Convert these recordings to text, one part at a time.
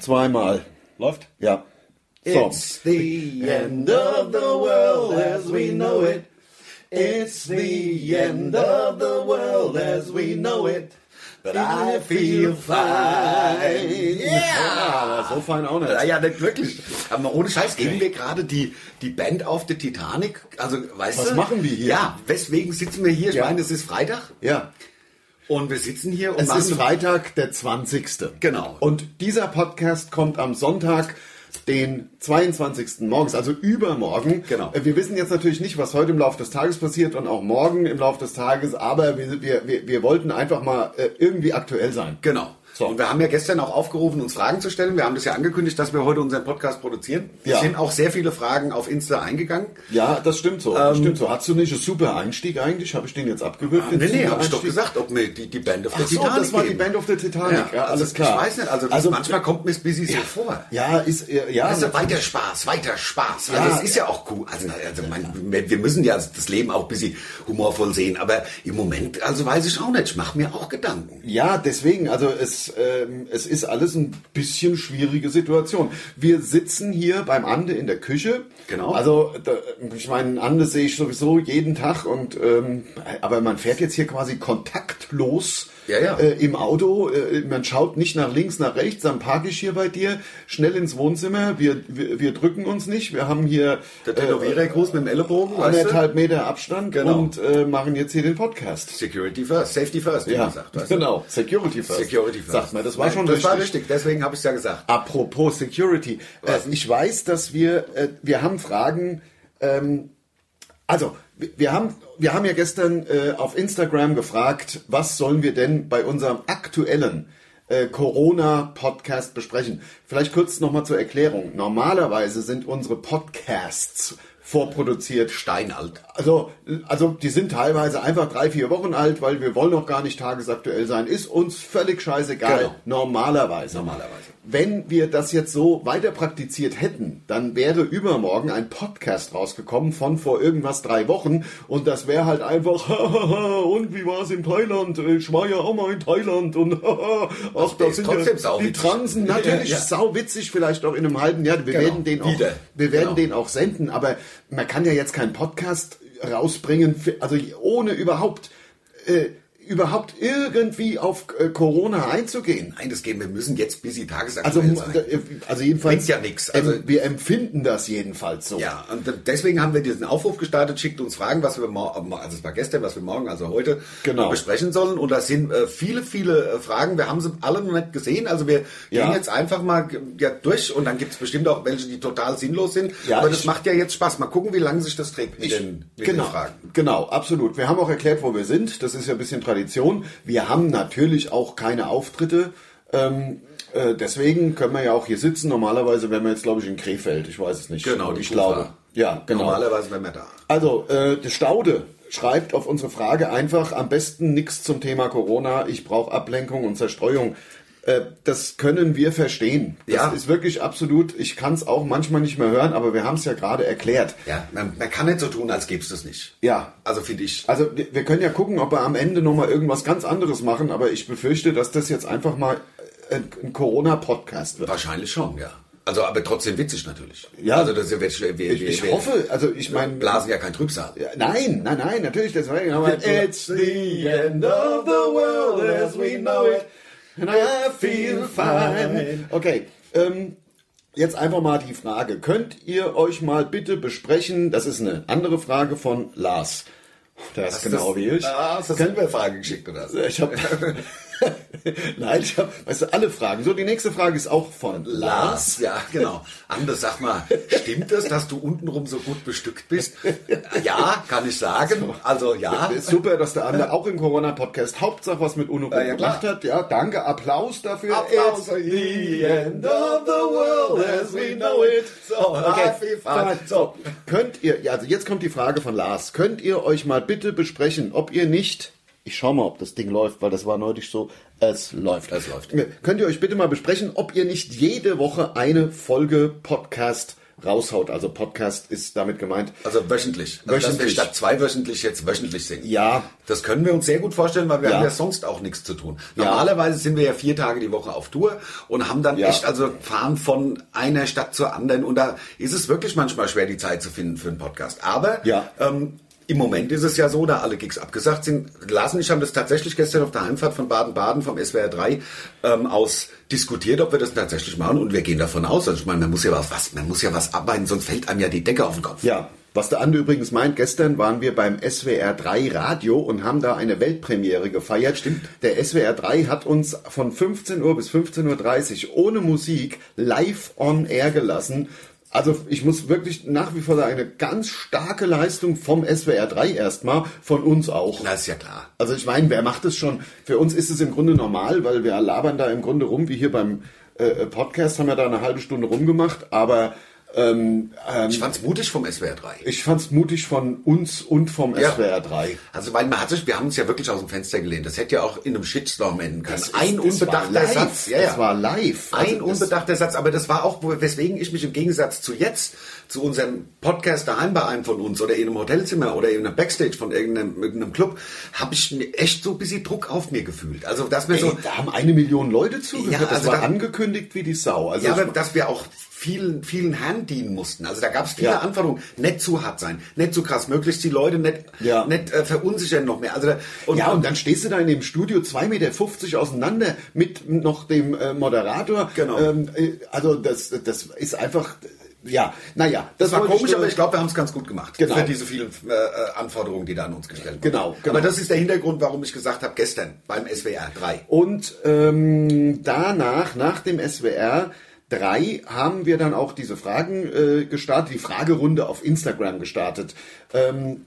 Zweimal. Läuft? Ja. So. It's the end of the world as we know it. It's the end of the world as we know it. But I feel fine. Aber so fein auch Ja, nicht. ja, nicht wirklich. Aber ohne Scheiß geben wir gerade die, die Band auf der Titanic. Also, weißt Was du? machen wir hier? Ja, weswegen sitzen wir hier? Ich Ja. meine, es ist Freitag Ja. und wir sitzen hier und Es machen ist Freitag, der 20. Genau. Und dieser Podcast kommt am Sonntag, den 22. morgens, also übermorgen. Genau. Äh, Wir wissen jetzt natürlich nicht, was heute im Laufe des Tages passiert und auch morgen im Laufe des Tages, aber wir, wir, wir, wir wollten einfach mal äh, irgendwie aktuell sein. Genau. So. Und wir haben ja gestern auch aufgerufen, uns Fragen zu stellen. Wir haben das ja angekündigt, dass wir heute unseren Podcast produzieren. Ja. Es sind auch sehr viele Fragen auf Insta eingegangen. Ja, das stimmt so. das Ähm, stimmt so. Hast du nicht einen super Einstieg eigentlich? Habe ich den jetzt abgewürgt? den Ah, Nee, nee, super hab ich doch Einstieg? gesagt, ob mir die, die Band auf der Ach so, Titanic das war die eben. Band of the Titanic. Ja, also alles klar. Ich weiß nicht, also, manchmal kommt mir es busy so vor. Ja, ist äh, ja. Also weiter Spaß, weiter Spaß. Also Ja. es ist ja auch cool. Also, also man, wir wir müssen ja das Leben auch ein bisschen humorvoll sehen. Aber im Moment, also weiß ich auch nicht. Ich mache mir auch Gedanken. Ja, deswegen, also es, ähm, es ist alles ein bisschen schwierige Situation. Wir sitzen hier beim Ande in der Küche. Genau. Also da, ich meine, Ande sehe ich sowieso jeden Tag und ähm, aber man fährt jetzt hier quasi kontaktlos Ja, ja. Äh, im Auto. Äh, man schaut nicht nach links, nach rechts, dann parke ich hier bei dir, schnell ins Wohnzimmer. Wir, wir, wir drücken uns nicht. Wir haben hier äh, Der Tätowierer groß mit dem Ellenbogen, weißt du? anderthalb Meter Abstand Genau. und äh, machen jetzt hier den Podcast. Security first, safety first, wie Ja, gesagt. Weißt du? genau. Security first. Security first. Sagt man, das war schon das richtig. war richtig, deswegen habe ich es ja gesagt. Apropos Security. Äh, ich weiß, dass wir, äh, wir haben Fragen, ähm, also wir- wir haben, wir haben ja gestern äh, auf Instagram gefragt, was sollen wir denn bei unserem aktuellen äh, Corona-Podcast besprechen. Vielleicht kurz nochmal zur Erklärung. Normalerweise sind unsere Podcasts vorproduziert Steinalt. also, also die sind teilweise einfach drei, vier Wochen alt, weil wir wollen noch gar nicht tagesaktuell sein. Ist uns völlig scheißegal. Genau. Normalerweise. Normalerweise. Wenn wir das jetzt so weiter praktiziert hätten, dann wäre übermorgen ein Podcast rausgekommen von vor irgendwas drei Wochen und das wäre halt einfach, und wie war es in Thailand? Ich war ja auch mal in Thailand und ach, der da ist sind trotzdem ja die sauwitzig. Transen. Natürlich Ja, ja. sauwitzig, vielleicht auch in einem halben Jahr. Wir Genau. werden den auch, Wieder. wir werden Genau. den auch senden, aber man kann ja jetzt keinen Podcast rausbringen, für- also ohne überhaupt, äh, überhaupt irgendwie auf äh, Corona einzugehen. Nein, das geht, wir müssen jetzt busy Also, tagesaktuell mu- sein. da- äh, also jedenfalls. Bringt ja nix, also- ähm, wir empfinden das jedenfalls so. Ja, und deswegen haben wir diesen Aufruf gestartet, schickt uns Fragen, was wir morgen, also es war gestern, was wir morgen, also heute Genau. besprechen sollen. Und das sind äh, viele, viele äh, Fragen. Wir haben sie alle noch nicht gesehen. Also wir Ja. gehen jetzt einfach mal ja, durch und dann gibt's bestimmt auch welche, die total sinnlos sind. Ja, Aber das ich- macht ja jetzt Spaß. Mal gucken, wie lange sich das trägt mit, Ich- den, mit genau, den Fragen. Genau, absolut. Wir haben auch erklärt, wo wir sind. Das ist ja ein bisschen Tradition. Wir haben natürlich auch keine Auftritte. Ähm, äh, deswegen können wir ja auch hier sitzen. Normalerweise wären wir jetzt, glaube ich, in Krefeld. Ich weiß es nicht. Also Genau, die ich Kufa. glaube. Ja, genau. Normalerweise wären wir da. Also, äh, der Staude schreibt auf unsere Frage einfach am besten nichts zum Thema Corona. Ich brauche Ablenkung und Zerstreuung. Äh, Das können wir verstehen. Das Ja. ist wirklich absolut, ich kann es auch manchmal nicht mehr hören, aber wir haben es ja gerade erklärt. Ja, man, man kann nicht so tun, als gäb's das nicht. Ja. Also finde ich. Also wir wir können ja gucken, ob wir am Ende nochmal irgendwas ganz anderes machen, aber ich befürchte, dass das jetzt einfach mal äh, ein, ein Corona-Podcast wird. Wahrscheinlich schon, ja. Also, aber trotzdem witzig natürlich. Ja. Also, das ist ja, wir, Ich, wir, ich wir hoffe, also ich meine... blasen ja kein Trübsal. Ja, Nein, nein, nein, natürlich, deswegen haben It's the end of the world as we know it. And I feel fine. Okay, ähm, jetzt einfach mal die Frage. Könnt ihr euch mal bitte besprechen, das ist eine andere Frage von Lars. Der ist genau wie ich. Ah, hast du selber eine Frage geschickt oder so? Also, Ich habe. Nein, ich habe. Weißt du, alle Fragen. So, die nächste Frage ist auch von Lars. Lars, ja, genau. Anders, sag mal, stimmt es, dass du untenrum so gut bestückt bist? Ja, kann ich sagen. Also, ja. Ist super, dass der andere auch im Corona-Podcast Hauptsache was mit UNO ja, gemacht klar. hat. Ja, danke. Applaus dafür. Applaus. It's the end of the world as we know it. So, okay. Ah, Happy fun. So, könnt ihr, ja, also jetzt kommt die Frage von Lars. Könnt ihr euch mal bitte besprechen, ob ihr nicht, ich schau mal, ob das Ding läuft, weil das war neulich so, es läuft. Es läuft. Könnt ihr euch bitte mal besprechen, ob ihr nicht jede Woche eine Folge Podcast raushaut. Also Podcast ist damit gemeint. Also wöchentlich. Also Dass wir Wöchentlich. statt zwei wöchentlich jetzt wöchentlich singen. Ja. Das können wir uns sehr gut vorstellen, weil wir Ja. haben ja sonst auch nichts zu tun. Normalerweise sind wir ja vier Tage die Woche auf Tour und haben dann Ja. echt, also fahren von einer Stadt zur anderen und da ist es wirklich manchmal schwer, die Zeit zu finden für einen Podcast. Aber Ja. ähm, im Moment ist es ja so, da alle Gigs abgesagt sind. Lars und ich haben das tatsächlich gestern auf der Heimfahrt von Baden-Baden vom SWR 3 ähm, aus diskutiert, ob wir das tatsächlich machen und wir gehen davon aus. Also ich meine, man muss ja was, man muss ja was arbeiten, sonst fällt einem ja die Decke auf den Kopf. Ja, was der Ande übrigens meint, gestern waren wir beim SWR 3 Radio und haben da eine Weltpremiere gefeiert. Stimmt. Der SWR 3 hat uns von 15 Uhr bis 15.30 Uhr ohne Musik live on air gelassen. Also ich muss wirklich nach wie vor sagen, eine ganz starke Leistung vom SWR 3 erstmal, von uns auch. Na, ist ja klar. Also ich meine, wer macht das schon? Für uns ist es im Grunde normal, weil wir labern da im Grunde rum, wie hier beim äh, Podcast haben wir da eine halbe Stunde rumgemacht, aber Ich fand's mutig vom SWR 3. ich fand's mutig von uns und vom Ja. SWR 3. Also weil man hat sich, wir haben uns ja wirklich aus dem Fenster gelehnt. Das hätte ja auch in einem Shitstorm enden können. ein Das unbedachter war live. Satz. Ja, Das ja. war live. Ein Also das- unbedachter Satz, aber das war auch, wo- weswegen ich mich im Gegensatz zu jetzt, zu unserem Podcast daheim bei einem von uns oder in einem Hotelzimmer oder in einem Backstage von irgendeinem, irgendeinem Club, habe ich mir echt so ein bisschen Druck auf mir gefühlt. Also, dass wir so, Ey, da haben eine Million Leute zugehört. Ja, das also war da- angekündigt wie die Sau. Also ja, ich- aber dass wir auch vielen, vielen Herren dienen mussten. Also da gab es viele Ja. Anforderungen. Nicht zu hart sein, nicht zu krass, möglichst die Leute nicht, Ja. nicht äh, verunsichern noch mehr. Also da, ja, und dann stehst du da in dem Studio 2,50 Meter auseinander mit noch dem äh, Moderator. Genau. Ähm, äh, also das, das ist einfach, ja, naja. Das war wollte ich komisch, nur- aber ich glaube, wir haben es ganz gut gemacht. äh, Genau. Für diese vielen äh, äh, Anforderungen, die da an uns gestellt wurden. Genau, genau. Aber das ist der Hintergrund, warum ich gesagt habe, gestern beim SWR 3. Und ähm, danach, nach dem SWR 3, haben wir dann auch diese Fragen äh, gestartet, die Fragerunde auf Instagram gestartet. Ähm,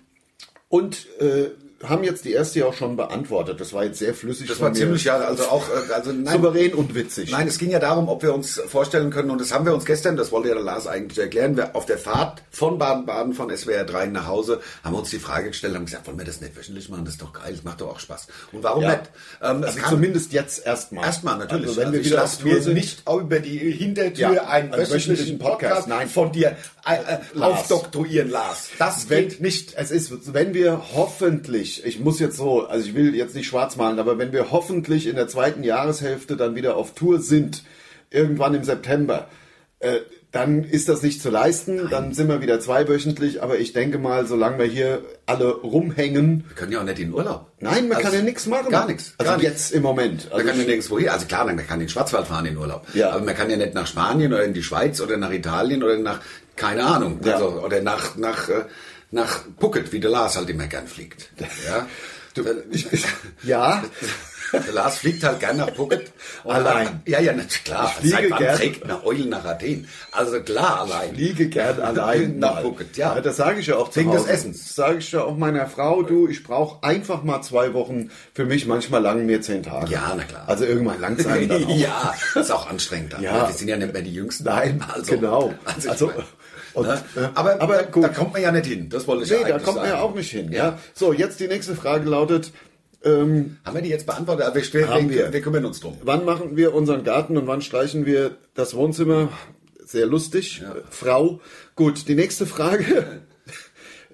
und äh, haben jetzt die erste ja auch schon beantwortet. Das war jetzt sehr flüssig. Das von war mir. ziemlich, ja, also auch, äh, also nein, souverän und witzig. Nein, also es ging ja darum, ob wir uns vorstellen können, und das haben wir uns gestern, das wollte ja der Lars eigentlich erklären, wir auf der Fahrt von Baden-Baden von SWR 3 nach Hause haben wir uns die Frage gestellt, haben gesagt, wollen wir das nicht wöchentlich machen? Das ist doch geil, das macht doch auch Spaß. Und warum Ja. nicht? Ähm, es also kam- zumindest jetzt erstmal. Erstmal natürlich. Also wenn wir ich wieder lasse auf Tour mir sind. nicht auch über die Hintertür Ja, einen einen wöchentlichen wöchentlichen Podcast, Podcast, nein. von dir äh, äh, Lars. aufdoktorieren, Lars. Das wenn, geht nicht. Es ist, wenn wir hoffentlich, ich muss jetzt so, also ich will jetzt nicht schwarz malen, aber wenn wir hoffentlich in der zweiten Jahreshälfte dann wieder auf Tour sind, irgendwann im September, äh, dann ist das nicht zu leisten, dann sind wir wieder zweiwöchentlich, aber ich denke mal, solange wir hier alle rumhängen, Wir können ja auch nicht in Urlaub. nein, man Also, kann ja nichts machen. Gar nichts. Also gar nichts. jetzt im Moment. Man Also kann ja nirgendwo hin. Also klar, man kann in den Schwarzwald fahren in Urlaub. Ja. Aber man kann ja nicht nach Spanien oder in die Schweiz oder nach Italien oder nach, keine Ahnung, Ja. also, oder nach, nach, äh, nach Phuket, wie der Lars halt immer gern fliegt. Ja. Der- ja, Der Lars fliegt halt gern nach Phuket. Und- Allein. Ja, ja, na, klar. Ich fliege Seit wann gern. trägt eine Eule nach Athen? Also klar, allein. liege gern allein Nach mal. Phuket, ja. Das sage ich ja auch zu Wegen des Hause. Essens. Das sage ich ja auch meiner Frau, du, ich brauche einfach mal zwei Wochen. Für mich manchmal langen mir zehn Tage. Ja, na klar. Also irgendwann langt es einem dann auch. ja, ist auch anstrengend. Dann. ne? Ja. Wir sind ja nicht mehr die Jüngsten. Nein, genau. Also, ich Also, meine, und, ne? äh, aber, aber da, gut. da kommt man ja nicht hin. Das wollte ich ja Nee, da eigentlich kommt man sagen. ja auch nicht hin. Ja. So, jetzt die nächste Frage lautet, ähm, Haben wir die jetzt beantwortet? Aber wir, Haben wir, wir. wir kümmern uns drum. wann machen wir unseren Garten und wann streichen wir das Wohnzimmer? Sehr lustig. Äh, Frau. Gut, die nächste Frage.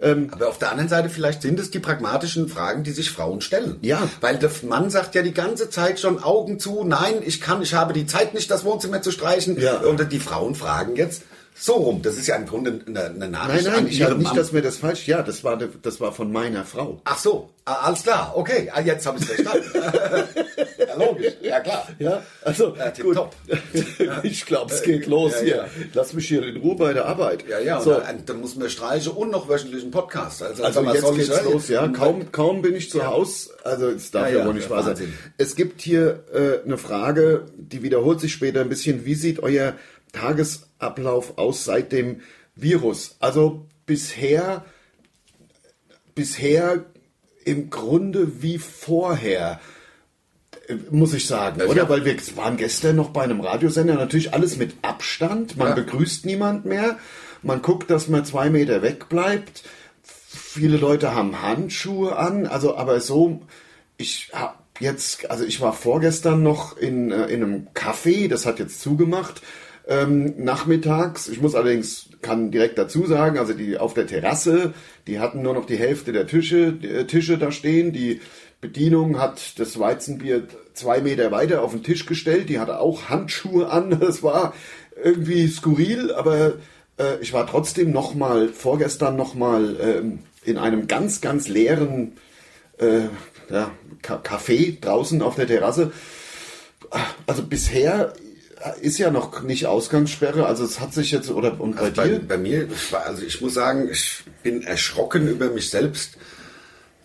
Mhm. Aber auf der anderen Seite vielleicht sind es die pragmatischen Fragen, die sich Frauen stellen. Ja. Weil der Mann sagt ja die ganze Zeit schon Augen zu, nein, ich kann, ich habe die Zeit nicht, das Wohnzimmer zu streichen. Ja. Und die Frauen fragen jetzt so rum. Das ist ja im Grunde eine, eine Nein, Nachricht nein, an ich ihren habe nicht, Mann. dass mir das falsch. Ja, das war, das war von meiner Frau. Ach so, ah, alles klar, okay, ah, jetzt habe ich es verstanden. ja, logisch, ja klar. Ja, also Ja, gut. tipptopp. ich glaube, es geht los Ja, hier. ja. Lass mich hier in Ruhe bei der Arbeit. Ja, ja, und so, dann, dann muss man streichen und noch wöchentlich einen Podcast. Also, also sag mal, jetzt soll ich- geht's los, ja. Kaum, kamm bin ich zu Hause. Also es darf Ja, ja, ja, wohl nicht wahr sein. Wahnsinn. Es gibt hier äh, eine Frage, die wiederholt sich später ein bisschen. Wie sieht euer Tagesablauf aus seit dem Virus? Also bisher, bisher im Grunde wie vorher. äh, Muss ich sagen, Ja, oder? ja. Weil wir waren gestern noch bei einem Radiosender, natürlich alles mit Abstand. Man Ja. begrüßt niemand mehr. Man guckt, dass man zwei Meter wegbleibt. Viele Leute haben Handschuhe an, also aber so, ich habe jetzt, also ich war vorgestern noch in, äh, in einem Café, das hat jetzt zugemacht. ähm, nachmittags. Ich muss allerdings, kann direkt dazu sagen, also die auf der Terrasse, die hatten nur noch die Hälfte der Tische, äh, Tische da stehen. Die Bedienung hat das Weizenbier zwei Meter weiter auf den Tisch gestellt. Die hatte auch Handschuhe an. Das war irgendwie skurril, aber äh, ich war trotzdem nochmal, vorgestern nochmal ähm, in einem ganz, ganz leeren äh, ja, Ka- Café draußen auf der Terrasse. Also bisher ist ja noch nicht Ausgangssperre, also es hat sich jetzt, oder und bei Also bei, dir? bei mir, war- also ich muss sagen, ich bin erschrocken über mich selbst,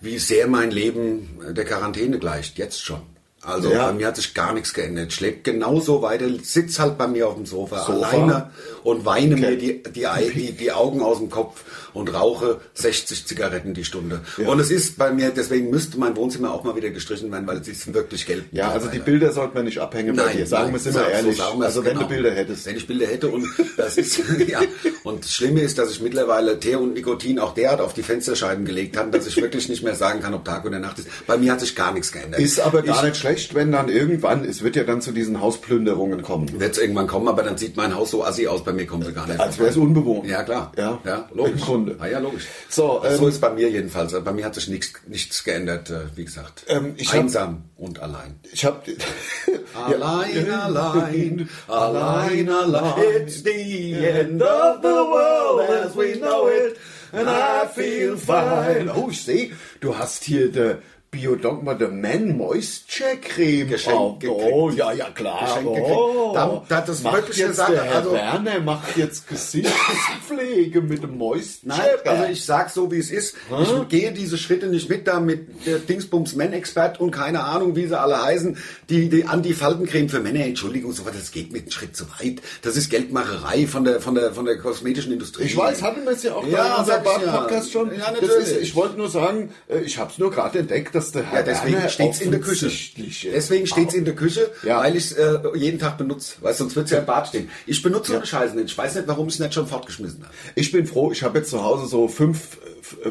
wie sehr mein Leben der Quarantäne gleicht, jetzt schon. Also Ja. bei mir hat sich gar nichts geändert. Schlägt genauso weiter, sitz halt bei mir auf dem Sofa, Sofa. alleine und weine Okay. mir die, die, Ei- die, die Augen aus dem Kopf und rauche 60 Zigaretten die Stunde. Und es ist bei mir, deswegen müsste mein Wohnzimmer auch mal wieder gestrichen werden, weil es ist wirklich gelb. ja, also die Bilder sollten wir nicht abhängen bei dir, sagen wir es immer so- so ehrlich. sagen wir's, also wenn genau. du Bilder hättest. Wenn ich Bilder hätte und das ist, ja. Und das Schlimme ist, dass ich mittlerweile Tee und Nikotin auch derart auf die Fensterscheiben gelegt habe, dass ich wirklich nicht mehr sagen kann, ob Tag oder Nacht ist. Bei mir hat sich gar nichts geändert. Ist aber gar ich, nicht schlecht, wenn dann irgendwann, es wird ja dann zu diesen Hausplünderungen kommen. Wird es irgendwann kommen, aber dann sieht mein Haus so assi aus, bei mir kommen sie gar nicht. Als wäre es unbewohnt. ja, klar. Ja, ja logisch. Im Grunde. Ah, ja, logisch. So, Also so ähm, ist bei mir jedenfalls. Bei mir hat sich nichts, nichts geändert, äh, wie gesagt. Ähm, ich hab- Einsam und allein. Ich habe Allein, allein, allein, allein. It's the end of the world as we know it, and I feel fine. Oh, ich sehe, du hast hier der Biodogma The Man Moisture Creme Geschenkt auf. gekriegt. Oh, ja, ja, klar. Geschenkt oh. gekriegt. Da- da hat das macht wirklich jetzt gesagt, der Herr also- Werner macht jetzt Gesichtspflege mit dem Moisture Nein, also ich sag so, wie es ist. Ich gehe diese Schritte nicht mit da mit der Dingsbums Men Expert und keine Ahnung, wie sie alle heißen. Die, die Anti-Faltencreme für Männer, Entschuldigung, so was, das geht mit einem Schritt zu weit. Das ist Geldmacherei von der, von der, von der kosmetischen Industrie. Ich weiß, hatten wir es ja auch Ja, bei unserem sag ich ja. Podcast schon. Ja, das natürlich. ist, ich wollte nur sagen, äh, ich habe es nur gerade entdeckt, dass der Herr Ja, deswegen Werner steht's in der Küche. offensichtlich äh, ist. Deswegen steht's in der Küche, Ja. weil ich äh, jeden Tag benutze. Weißt du, sonst wird's ja im Bad stehen. Ich benutze so eine Scheiße nicht. Ich weiß nicht, warum ich es nicht schon fortgeschmissen habe. Ich bin froh, ich habe jetzt zu Hause so 5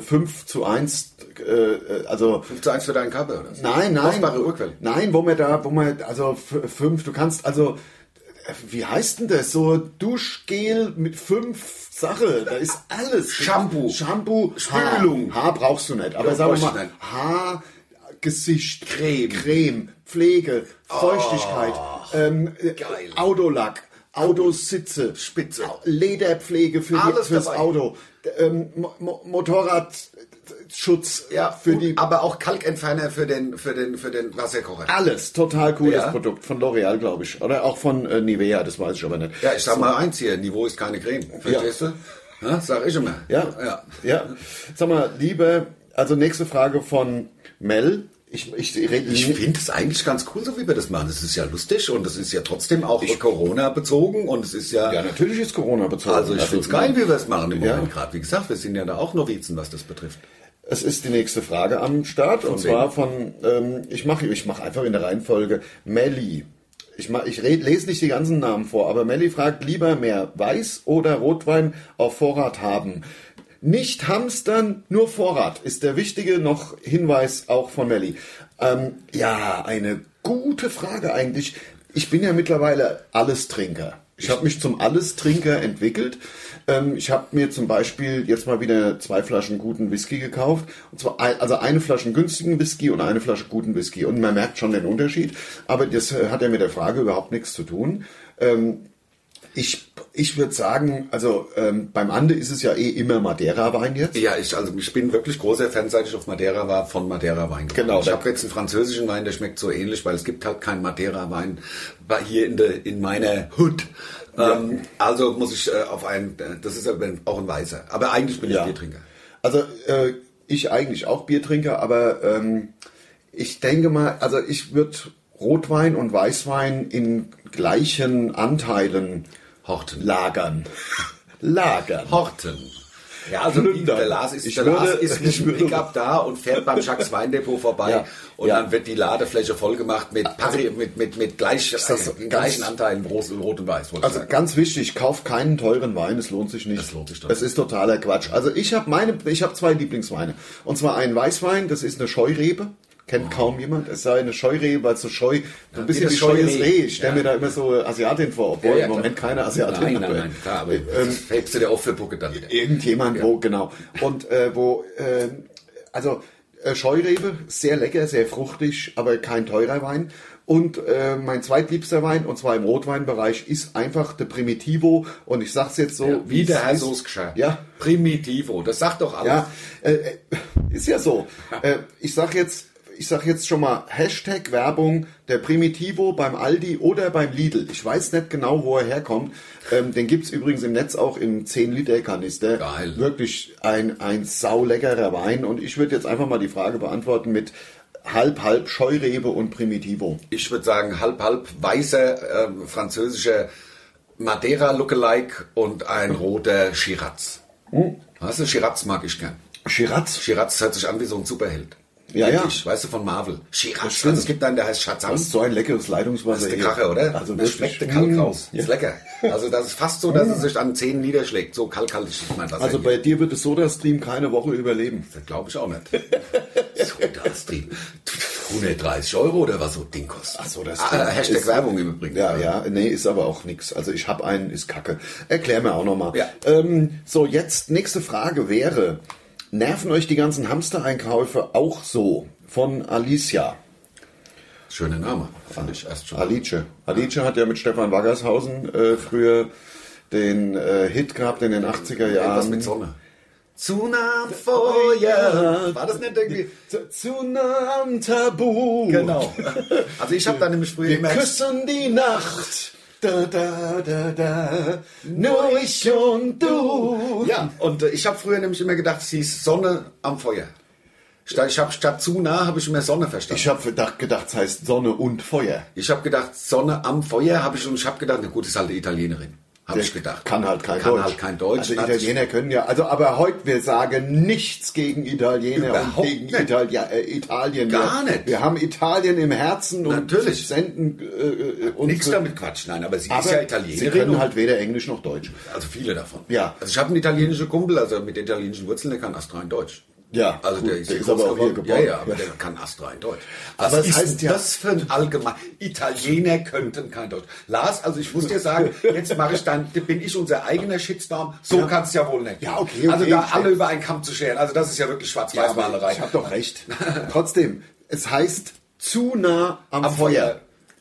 fünf zu 1, äh, also 5 zu 1 für deinen Körper, oder? so. nein, nein, Kostbare Urquelle. nein, wo man da, wo man, also 5, du kannst, also, äh, wie heißt denn das, so Duschgel mit 5 Sache, da ist alles. Shampoo. Shampoo, Spülung. Haar, Haar brauchst du nicht, aber Ja, sagen wir brauchst du mal, nicht. Haar, Gesicht, Creme. Oh, Creme Pflege, Feuchtigkeit, ähm, äh, geil. Autolack. Autositze, Spitze. Au- Lederpflege für die, Alles fürs dabei. Auto, d- ähm, Mo Mo Motorradschutz Ja, für die aber auch Kalkentferner für den, für den, für den Wasserkocher. alles total cooles Ja. Produkt von L'Oreal, glaube ich. Oder auch von äh, Nivea, das weiß ich aber nicht. Ja, ich sag mal eins hier, Niveau ist keine Creme. Verstehst du? Ja, sag ich immer. Ja, ja. ja. ja. Sag mal, liebe, also nächste Frage von Mel. Ich, ich rede Ich nicht. finde es eigentlich ganz cool, so wie wir das machen. Es ist ja lustig und es ist ja trotzdem auch Corona-bezogen und es ist ja. Ja, natürlich ist Corona bezogen. also ich finde es geil, wie wir es machen im Ja. Moment gerade. Wie gesagt, wir sind ja da auch Novizen, was das betrifft. Es ist die nächste Frage am Start und wem? zwar von, ähm, ich mache ich mach einfach in der Reihenfolge, Melli. Ich, mach, ich red, lese nicht die ganzen Namen vor, aber Melli fragt, lieber mehr Weiß- oder Rotwein auf Vorrat haben. Nicht hamstern, nur Vorrat ist der wichtige noch Hinweis auch von Melli. Ähm, ja, eine gute Frage eigentlich. Ich bin ja mittlerweile Allestrinker. Ich habe mich zum Allestrinker entwickelt. Ähm, ich habe mir zum Beispiel jetzt mal wieder zwei Flaschen guten Whisky gekauft. Und zwar ein, also eine Flasche günstigen Whisky und eine Flasche guten Whisky. Und man merkt schon den Unterschied. Aber das äh, hat ja mit der Frage überhaupt nichts zu tun. Ähm, ich ich würde sagen, also ähm, beim Ande ist es ja eh immer Madeira-Wein jetzt. Ja, ich, also ich bin wirklich großer Fan, seit ich auf Madeira war, von Madeira-Wein. Genau, Ich da- habe jetzt einen französischen Wein, der schmeckt so ähnlich, weil es gibt halt keinen Madeira-Wein bei- hier in, der in meiner Hood. Ähm, Also muss ich äh, auf einen, äh, das ist aber auch ein Weißer. Aber eigentlich bin ich Biertrinker. Also äh, ich eigentlich auch Biertrinker, aber ähm, ich denke mal, also ich würde Rotwein und Weißwein in gleichen Anteilen Horten. lagern. lagern. Horten. Ja, also Plündern. der Lars ist, Ich der Lars würde- ist mit ich dem würde- Pickup da und fährt beim Jacques Weindepot vorbei Ja. und Ja. Also- dann wird die Ladefläche vollgemacht mit, Pari, mit, mit, mit gleich, das so? in gleichen Anteilen Rot, Rot und Weiß. wollte ich Also sagen. ganz wichtig, kauf keinen teuren Wein, es lohnt sich nicht. Es lohnt sich doch Es ist totaler Quatsch. Also ich habe meine, ich habe zwei Lieblingsweine. Und zwar einen Weißwein, das ist eine Scheurebe. kennt kaum jemand. Es sei eine Scheurebe, weil es so scheu, so ein bisschen Oh. das wie scheues Scheureh. Reh. Ich stelle Ja. mir da immer so Asiatin vor, obwohl Ja, ja, im klar. Moment keine Asiatin Äh, Nein, nein, nein, klar, aber das hebst du dir auf für Pucke dann wieder. Irgendjemand, wo, genau. Und äh, wo, äh, also äh, Scheurebe, sehr lecker, sehr fruchtig, aber kein teurer Wein. Und äh, mein zweitliebster Wein, und zwar im Rotweinbereich, ist einfach der Primitivo. Und ich sag's jetzt so, Wie es der Herr ist. Soßgeschirr. Ja, Primitivo, das sagt doch alles. ja, äh, äh, ist ja so. Äh, ich sag jetzt, ich sag jetzt schon mal Hashtag Werbung der Primitivo beim Aldi oder beim Lidl. Ich weiß nicht genau, wo er herkommt. Ähm, den gibt's übrigens im Netz auch im 10 Liter Kanister. Geil. Wirklich ein ein sauleckerer Wein. Und ich würde jetzt einfach mal die Frage beantworten mit halb halb Scheurebe und Primitivo. Ich würde sagen, halb, halb weißer ähm, französischer Madeira-Lookalike und ein roter Shiraz. Weißt du, Shiraz mag ich gern. Shiraz. Shiraz hört sich an wie so ein Superheld. Ja, ja. Wirklich, Weißt du, von Marvel. Shiraz. stimmt. Also es gibt einen, der heißt Shazam. Das ist so ein leckeres Leitungswasser. Das ist der hier. Kracher, oder? Also das wirklich. schmeckt der Kalk Mm. raus. Ist lecker. Also das ist fast so, dass es sich an Zähnen niederschlägt. So kalkhaltig ist mein Wasser. Also hier. bei dir wird das Soda-Stream keine Woche überleben. das glaube ich auch nicht. Soda-Stream. 130 Euro oder was so ein Ding kostet. Ach, Soda-Stream ah, Hashtag ist- Werbung im Übrigen. Ja, ja, nee, ist aber auch nix. Also ich hab einen, ist kacke. Erklär mir auch nochmal. Ja. Ähm, so, jetzt nächste Frage wäre, nerven euch die ganzen Hamstereinkäufe auch so? Von Alicia. Schöner Name, fand ich erst schon. Alice. Alice hat ja mit Stefan Waggershausen äh, früher den äh, Hit gehabt in den 80er Irgendwas Jahren. mit Sonne. Tsunami Feuer. War das nicht irgendwie? Tsunami Tabu. Also ich habe da nämlich früher Genau. Wir immer... küssen die Nacht. Da, da, da, da. Nur ich und du. Ja, und äh, ich habe früher nämlich immer gedacht, es hieß Sonne am Feuer. Statt, ich hab, statt zu nah habe ich immer Sonne verstanden. Ich habe gedacht, gedacht, es heißt Sonne und Feuer. Ich habe gedacht, Sonne am Feuer habe ich und ich habe gedacht, na gut, ist halt eine Italienerin. Habe ich gedacht. Kann halt kein Kann Deutsch. halt kein Deutsch. Also Dann hat sich- Italiener können ja, also aber heute, wir sagen nichts gegen Italiener und Überhaupt gegen nicht. Italien. Ja, äh, Italien. Gar wir, nicht. Wir haben Italien im Herzen Natürlich. und senden äh, äh, uns. Nichts damit quatschen, nein, aber sie Aber ist ja sie Italienerin. können und- halt weder Englisch noch Deutsch. also viele davon. Ja. Also ich habe einen italienischen Kumpel, also mit italienischen Wurzeln, der kann astrein Deutsch. Ja, Also gut, der ist, der hier ist aber groß auch hier geworden. geboren. Ja, ja, aber Ja. der kann astrein Deutsch. Aber Was es ist heißt denn ja- das für ein allgemein? Italiener könnten kein Deutsch. Lars, also ich muss dir sagen, jetzt mache ich dann, bin ich unser eigener Shitstorm. So Ja. kann's es ja wohl nicht. Ja, okay, Also okay, da ich- alle über einen Kamm zu scheren, also das ist ja wirklich Ja, aber Schwarz-Weiß-Malerei. ich habe doch recht. Trotzdem, es heißt zu nah am, Feuer.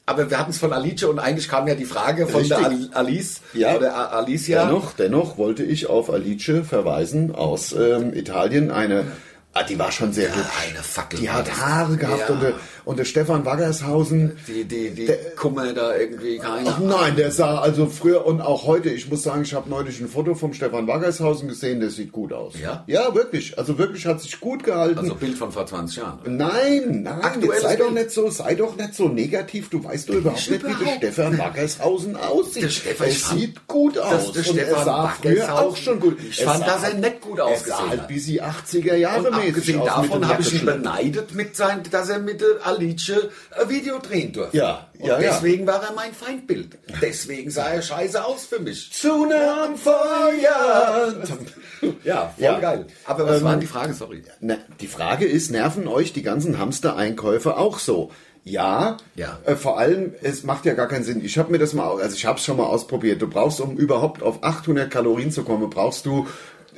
Aber wir hatten es von Alice und eigentlich kam ja die Frage von der Richtig. Al- Alice Ja. oder A- Alicia. Dennoch, dennoch wollte ich auf Alice verweisen aus ähm, Italien. Eine, ah, die war schon sehr hübsch. eine Fackel Die war hat das. Haare gehabt Genau. Ja. und, der, und der Stefan Waggershausen. Die, die, die Kummer da irgendwie Ach keiner. nein, der sah also früher und auch heute, ich muss sagen, ich habe neulich ein Foto vom Stefan Waggershausen gesehen, der sieht gut aus. Ja? Ja, wirklich. Also wirklich hat sich gut gehalten. Also Bild von vor 20 Jahren. oder? Nein, nein, Aktuelles jetzt sei doch Bild. nicht so, sei doch nicht so negativ. Du weißt doch überhaupt nicht, wie der überhaupt. Stefan Waggershausen aussieht. Der Stefan, er ich fand, sieht gut aus. dass der und er Stefan sah früher Waggershausen- auch schon gut. Ich fand, sah dass er nicht gut Er sah ausgesehen halt hat. bis die 80er Jahre Und mäßig abgesehen aus mit davon dem habe ich ihn Jackenschnitt. beneidet, mit sein, dass er mit der Alice ein Video drehen durfte. Ja, Und ja, ja. deswegen war er mein Feindbild. Deswegen sah er scheiße aus für mich. Zu nah am Feuer. Ja, voll Ja. Ähm, geil. Aber was waren die Fragen? Sorry. Na, die Frage ist, nerven euch die ganzen Hamster-Einkäufe auch so? Ja, Ja. Äh, vor allem, es macht ja gar keinen Sinn. Ich habe mir das mal, also ich habe es schon mal ausprobiert. Du brauchst, um überhaupt auf 800 Kalorien zu kommen, brauchst du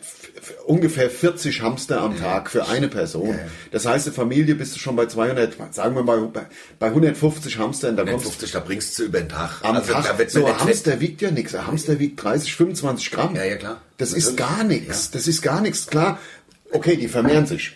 f- f- ungefähr 40 Hamster am Tag für eine Person. Das heißt, in Familie bist du schon bei 200, sagen wir mal bei, bei 150 Hamstern, da kommst du 50, da bringst du über den Tag. am also, Tag. da wird so, so ein Hamster. Hamster wiegt ja nichts. Ein Hamster wiegt 30, 25 Gramm. Ja, ja, klar. Das Natürlich. ist gar nichts. Das ist gar nichts. Klar, okay, die vermehren sich.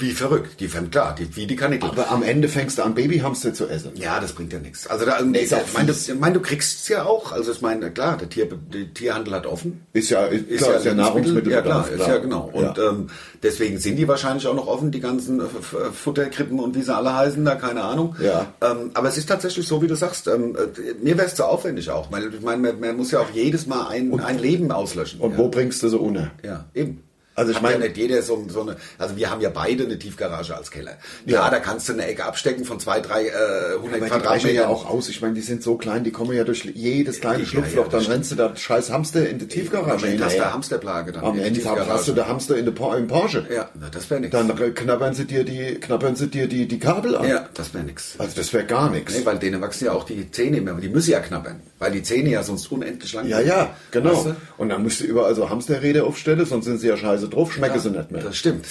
Wie verrückt. Die fand klar, die, wie die Kanickel. Aber am Ende fängst du an, Babyhamster zu essen. Ja, das bringt ja nichts. Also da, nee, ist auch ich meine, fies. du, ich meine, du kriegst es ja auch. Also ich meine, klar, der, Tier, der Tierhandel hat offen. Ist ja, ist, klar, ist ja Nahrungsmittel. Ja, klar, ist ja genau. Und ja. Ähm, deswegen sind die wahrscheinlich auch noch offen, die ganzen äh, F- F- Futterkrippen und wie sie alle heißen, da keine Ahnung. Ja. Ähm, aber es ist tatsächlich so, wie du sagst. Ähm, äh, mir wäre es zu aufwendig auch. Weil, ich meine, man, man muss ja auch jedes Mal ein, ein Leben auslöschen. Und ja. wo bringst du so ohne? ja, eben. Also ich Hat meine- ja nicht jeder so, so eine, also wir haben ja beide eine Tiefgarage als Keller. Ja, Ja. da kannst du eine Ecke abstecken von zwei, drei, äh, 100 Aber die brechen Quadratmetern. ja auch aus. Ich meine, die sind so klein, die kommen ja durch jedes kleine Ja, Schlupfloch. ja, dann das rennst du da scheiß Hamster in die Tiefgarage Moment, hast du eine hinterher. Hamsterplage dann. Am in der Ende Tiefgarage. hast du da Hamster in der Por im Porsche. Ja, na, das wäre nix. Dann r- knabbern sie dir die, knabbern sie dir die, die Kabel an. Ja, das wäre nix. Also das wäre gar nichts. Nee, weil denen wachsen ja auch die Zähne immer, die müssen ja knabbern, weil die Zähne ja sonst unendlich lang ja, sind. ja, genau. Weißt du? Und dann musst du überall so Hamsterräder aufstellen, sonst sind sie ja scheiße drauf, schmecken sie nicht mehr. Das stimmt.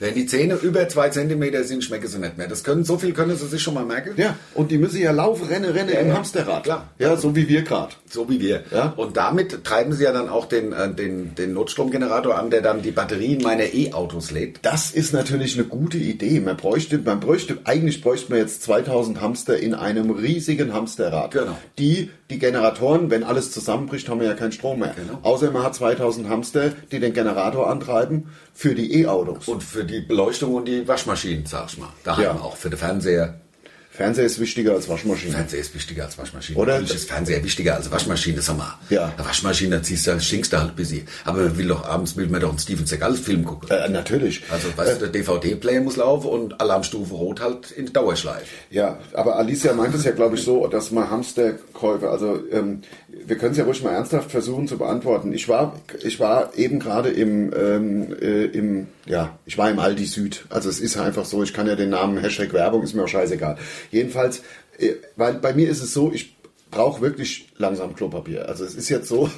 Wenn die Zähne über zwei Zentimeter sind, schmecken sie nicht mehr. Das können, so viel können sie sich schon mal merken. Ja, und die müssen ja laufen, rennen, rennen im ja. Hamsterrad. Klar. Ja, so wie wir gerade. So wie wir. Ja. Und damit treiben sie ja dann auch den, äh, den, den Notstromgenerator an, der dann die Batterien meiner E-Autos lädt. Das ist natürlich eine gute Idee. Man bräuchte, man bräuchte, eigentlich bräuchte man jetzt 2000 Hamster in einem riesigen Hamsterrad. Genau. Die, die Generatoren, wenn alles zusammenbricht, haben wir ja keinen Strom mehr. Genau. Außer man hat 2000 Hamster, die den Generator antreiben für die E-Autos. Und für die Beleuchtung und die Waschmaschinen, sag ich mal. Da Ja. haben wir auch für den Fernseher. Fernseher ist wichtiger als Waschmaschine. Fernseher ist wichtiger als Waschmaschine. Oder? Natürlich ist Fernseher wichtiger als Waschmaschine, sag mal. Ja. Eine Waschmaschine, da ziehst du, da stinkst du halt ein bisschen. Aber man will doch, abends will man doch einen Steven Seagal-Film gucken. Äh, natürlich. Also, weißt du, der DVD-Player muss laufen und Alarmstufe Rot halt in Dauerschleife. Ja, aber Alicia meint es ja, glaube ich, so, dass man Hamsterkäufe, also ähm, wir können es ja ruhig mal ernsthaft versuchen zu beantworten. Ich war, ich war eben gerade im, ähm, äh, im, ja, ich war im Aldi Süd. Also es ist einfach so, ich kann ja den Namen Hashtag Werbung, ist mir auch scheißegal. Jedenfalls, äh, weil bei mir ist es so, ich brauche wirklich langsam Klopapier. Also es ist jetzt so,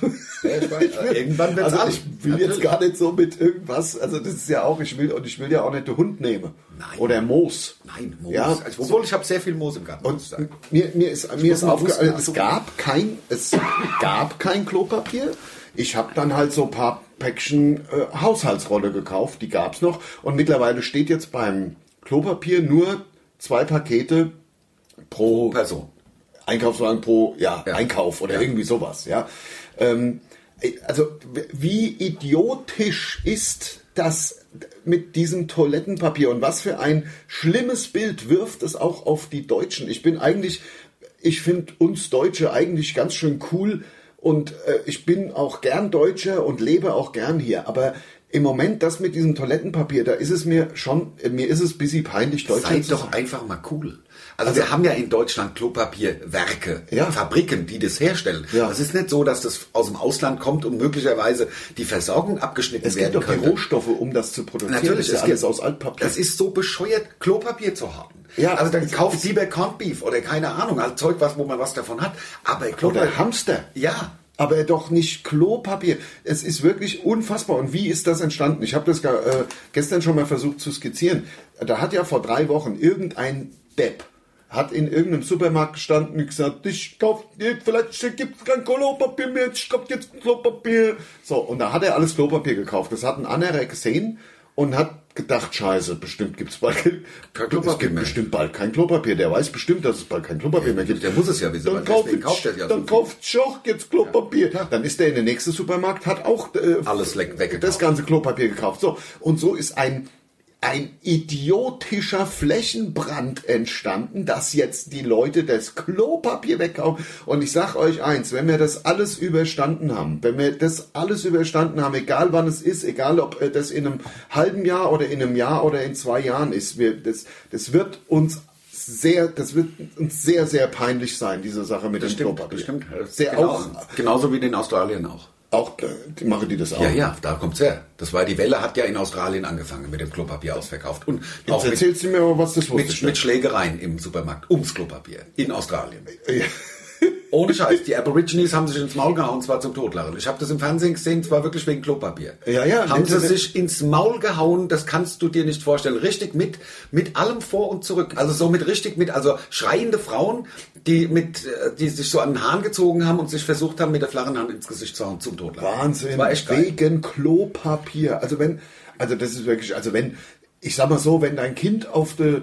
ich weiß, irgendwann wird's also alle. ich will jetzt Natürlich. gar nicht so mit irgendwas, also das ist ja auch, ich will, und ich will ja auch nicht den Hund nehmen. Nein. Oder Moos. Nein, Moos. Ja, also, obwohl, ich habe sehr viel Moos im Garten, muss ich sagen. Mir, mir ist, mir ist mal also- aufgefallen, wussten, es gab kein, es gab kein Klopapier. Ich habe dann halt so ein paar Päckchen äh, Haushaltsrolle gekauft, die gab's noch. Und mittlerweile steht jetzt beim Klopapier nur zwei Pakete pro Person. Einkaufswagen pro ja, Ja. Einkauf oder Ja. irgendwie sowas. Ja. Ähm, also w- wie idiotisch ist das mit diesem Toilettenpapier und was für ein schlimmes Bild wirft es auch auf die Deutschen. Ich bin eigentlich, ich finde uns Deutsche eigentlich ganz schön cool und äh, ich bin auch gern Deutscher und lebe auch gern hier, aber im Moment das mit diesem Toilettenpapier, da ist es mir schon, äh, mir ist es ein bisschen peinlich, Deutschland Seid zu sein. doch einfach mal cool. Also, wir haben ja in Deutschland Klopapierwerke, Ja. Fabriken, die das herstellen. Ja. Es ist nicht so, dass das aus dem Ausland kommt und möglicherweise die Versorgung abgeschnitten Es gibt werden doch die könnte. Rohstoffe, um das zu produzieren. Natürlich, das ist ja es alles aus gibt- Altpapier. Das ist so bescheuert, Klopapier zu haben. Ja, also dann es- kauft lieber Corned Beef oder keine Ahnung, also Zeug, was, wo man was davon hat. Aber Klopapier. Oder Hamster. Ja. Aber doch nicht Klopapier. Es ist wirklich unfassbar. Und wie ist das entstanden? Ich habe das gar, äh, gestern schon mal versucht zu skizzieren. Da hat ja vor drei Wochen irgendein Depp hat in irgendeinem Supermarkt gestanden und gesagt, ich kauf, vielleicht gibt's kein Klopapier mehr, ich kauf jetzt Klopapier. So, und da hat er alles Klopapier gekauft. Das hat ein anderer gesehen und hat gedacht, scheiße, bestimmt gibt's bald kein Kein Klopapier es gibt mehr. bestimmt bald kein Klopapier. Der weiß bestimmt, dass es bald kein Klopapier mehr gibt. der muss es ja wissen, Dann weil kauft deswegen kauft er ja so dann viel. kauft Schoch, jetzt Klopapier. Dann ist der in den nächsten Supermarkt, hat auch äh, Alles weg- weggekauft. das ganze Klopapier gekauft. So und so ist ein ein idiotischer Flächenbrand entstanden, dass jetzt die Leute das Klopapier wegkaufen. Und ich sag euch eins, wenn wir das alles überstanden haben, wenn wir das alles überstanden haben, egal wann es ist, egal ob äh, das in einem halben Jahr oder in einem Jahr oder in zwei Jahren ist, wir, das, das wird uns sehr, das wird uns sehr, sehr peinlich sein, diese Sache mit dem Klopapier. Sehr genau, auch, Genauso wie in Australien auch. auch äh, die machen die das auch. Ja, ja, da kommt's her. Das war die Welle, hat ja in Australien angefangen mit dem Klopapier ausverkauft. Und Jetzt auch mit, erzählst du mir aber, was das wusste. mit, ich mit nicht. Schlägereien im Supermarkt ums Klopapier in Australien. Ja. Ohne Scheiß, die Aborigines haben sich ins Maul gehauen, und zwar zum Totlachen. Ich habe das im Fernsehen gesehen, zwar wirklich wegen Klopapier. Ja, ja, Haben sie das- sich ins Maul gehauen, das kannst du dir nicht vorstellen. Richtig mit, mit allem vor und zurück. Also so mit richtig mit, also schreiende Frauen, die mit, äh, die sich so an den Hahn gezogen haben und sich versucht haben, mit der flachen Hand ins Gesicht zu hauen zum Totlachen. Das Wahnsinn. war echt geil. Wegen Klopapier. Also wenn, also das ist wirklich, also wenn, ich sag mal so, wenn dein Kind auf der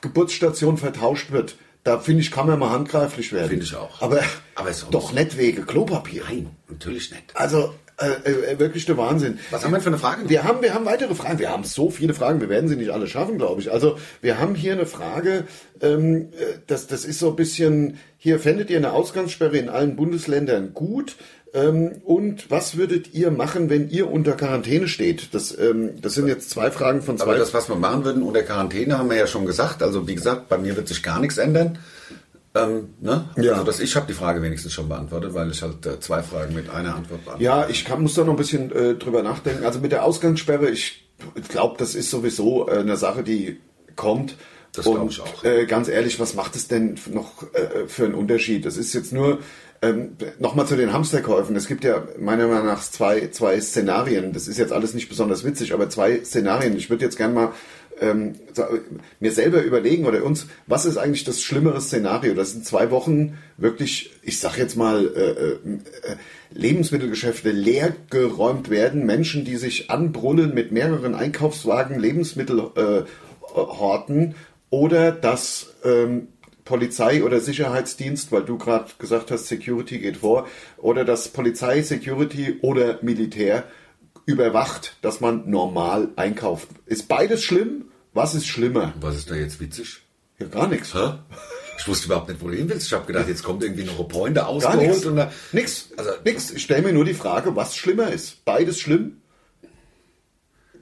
Geburtsstation vertauscht wird, da finde ich, kann man mal handgreiflich werden. Finde ich auch. Aber, Aber sonst- doch nicht wegen Klopapier. Nein, natürlich nicht. Also äh, äh, wirklich der Wahnsinn. Was haben wir denn für eine Frage noch? Wir haben, wir haben weitere Fragen. Wir haben so viele Fragen. Wir werden sie nicht alle schaffen, glaube ich. Also wir haben hier eine Frage. Ähm, äh, das, das ist so ein bisschen. Hier fändet ihr eine Ausgangssperre in allen Bundesländern gut. Ähm, und was würdet ihr machen, wenn ihr unter Quarantäne steht? Das, ähm, das sind jetzt zwei Fragen von zwei. Aber das, was wir machen würden unter Quarantäne, haben wir ja schon gesagt. Also wie gesagt, bei mir wird sich gar nichts ändern. Ähm, ne? Ja. Also das, ich habe die Frage wenigstens schon beantwortet, weil ich halt äh, zwei Fragen mit einer Antwort beantworte. ja, ich kann, muss da noch ein bisschen äh, drüber nachdenken. Also mit der Ausgangssperre, ich glaube, das ist sowieso äh, eine Sache, die kommt. Das glaub Und, ich auch. Äh, ganz ehrlich, was macht es denn noch äh, für einen Unterschied? Das ist jetzt nur ähm, nochmal zu den Hamsterkäufen. Es gibt ja meiner Meinung nach zwei, zwei Szenarien. Das ist jetzt alles nicht besonders witzig, aber zwei Szenarien. Ich würde jetzt gerne mal ähm, sa- mir selber überlegen oder uns, was ist eigentlich das schlimmere Szenario? Das sind zwei Wochen wirklich, ich sag jetzt mal, äh, äh, äh, Lebensmittelgeschäfte leer geräumt werden, Menschen, die sich anbrüllen mit mehreren Einkaufswagen, Lebensmittel äh, horten oder dass ähm, Polizei oder Sicherheitsdienst, weil du gerade gesagt hast, Security geht vor, oder dass Polizei, Security oder Militär überwacht, dass man normal einkauft. Ist beides schlimm? Was ist schlimmer? Was ist da jetzt witzig? Ja, gar nichts. Hä? Ich wusste überhaupt nicht, wo du hin willst. Ich habe gedacht, jetzt kommt irgendwie noch ein Pointer Gar nichts. ausgeholt. Und da, Nix. Also, nix. Ich stelle mir nur die Frage, was schlimmer ist. Beides schlimm?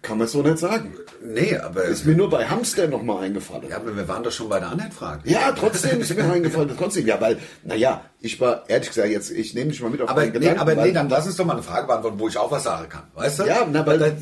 Kann man so nicht sagen. nee, aber, Ist mir nur bei Hamster nochmal eingefallen. ja, aber wir waren doch schon bei der anderen Frage. Ja, trotzdem ist mir eingefallen. Trotzdem, ja, weil, naja, ich war ehrlich gesagt jetzt, ich nehme dich mal mit auf Aber, meinen nee, Gedanken. aber weil, nee, dann lass uns doch mal eine Frage beantworten, wo ich auch was sagen kann. Weißt du? ja, na, weil, das,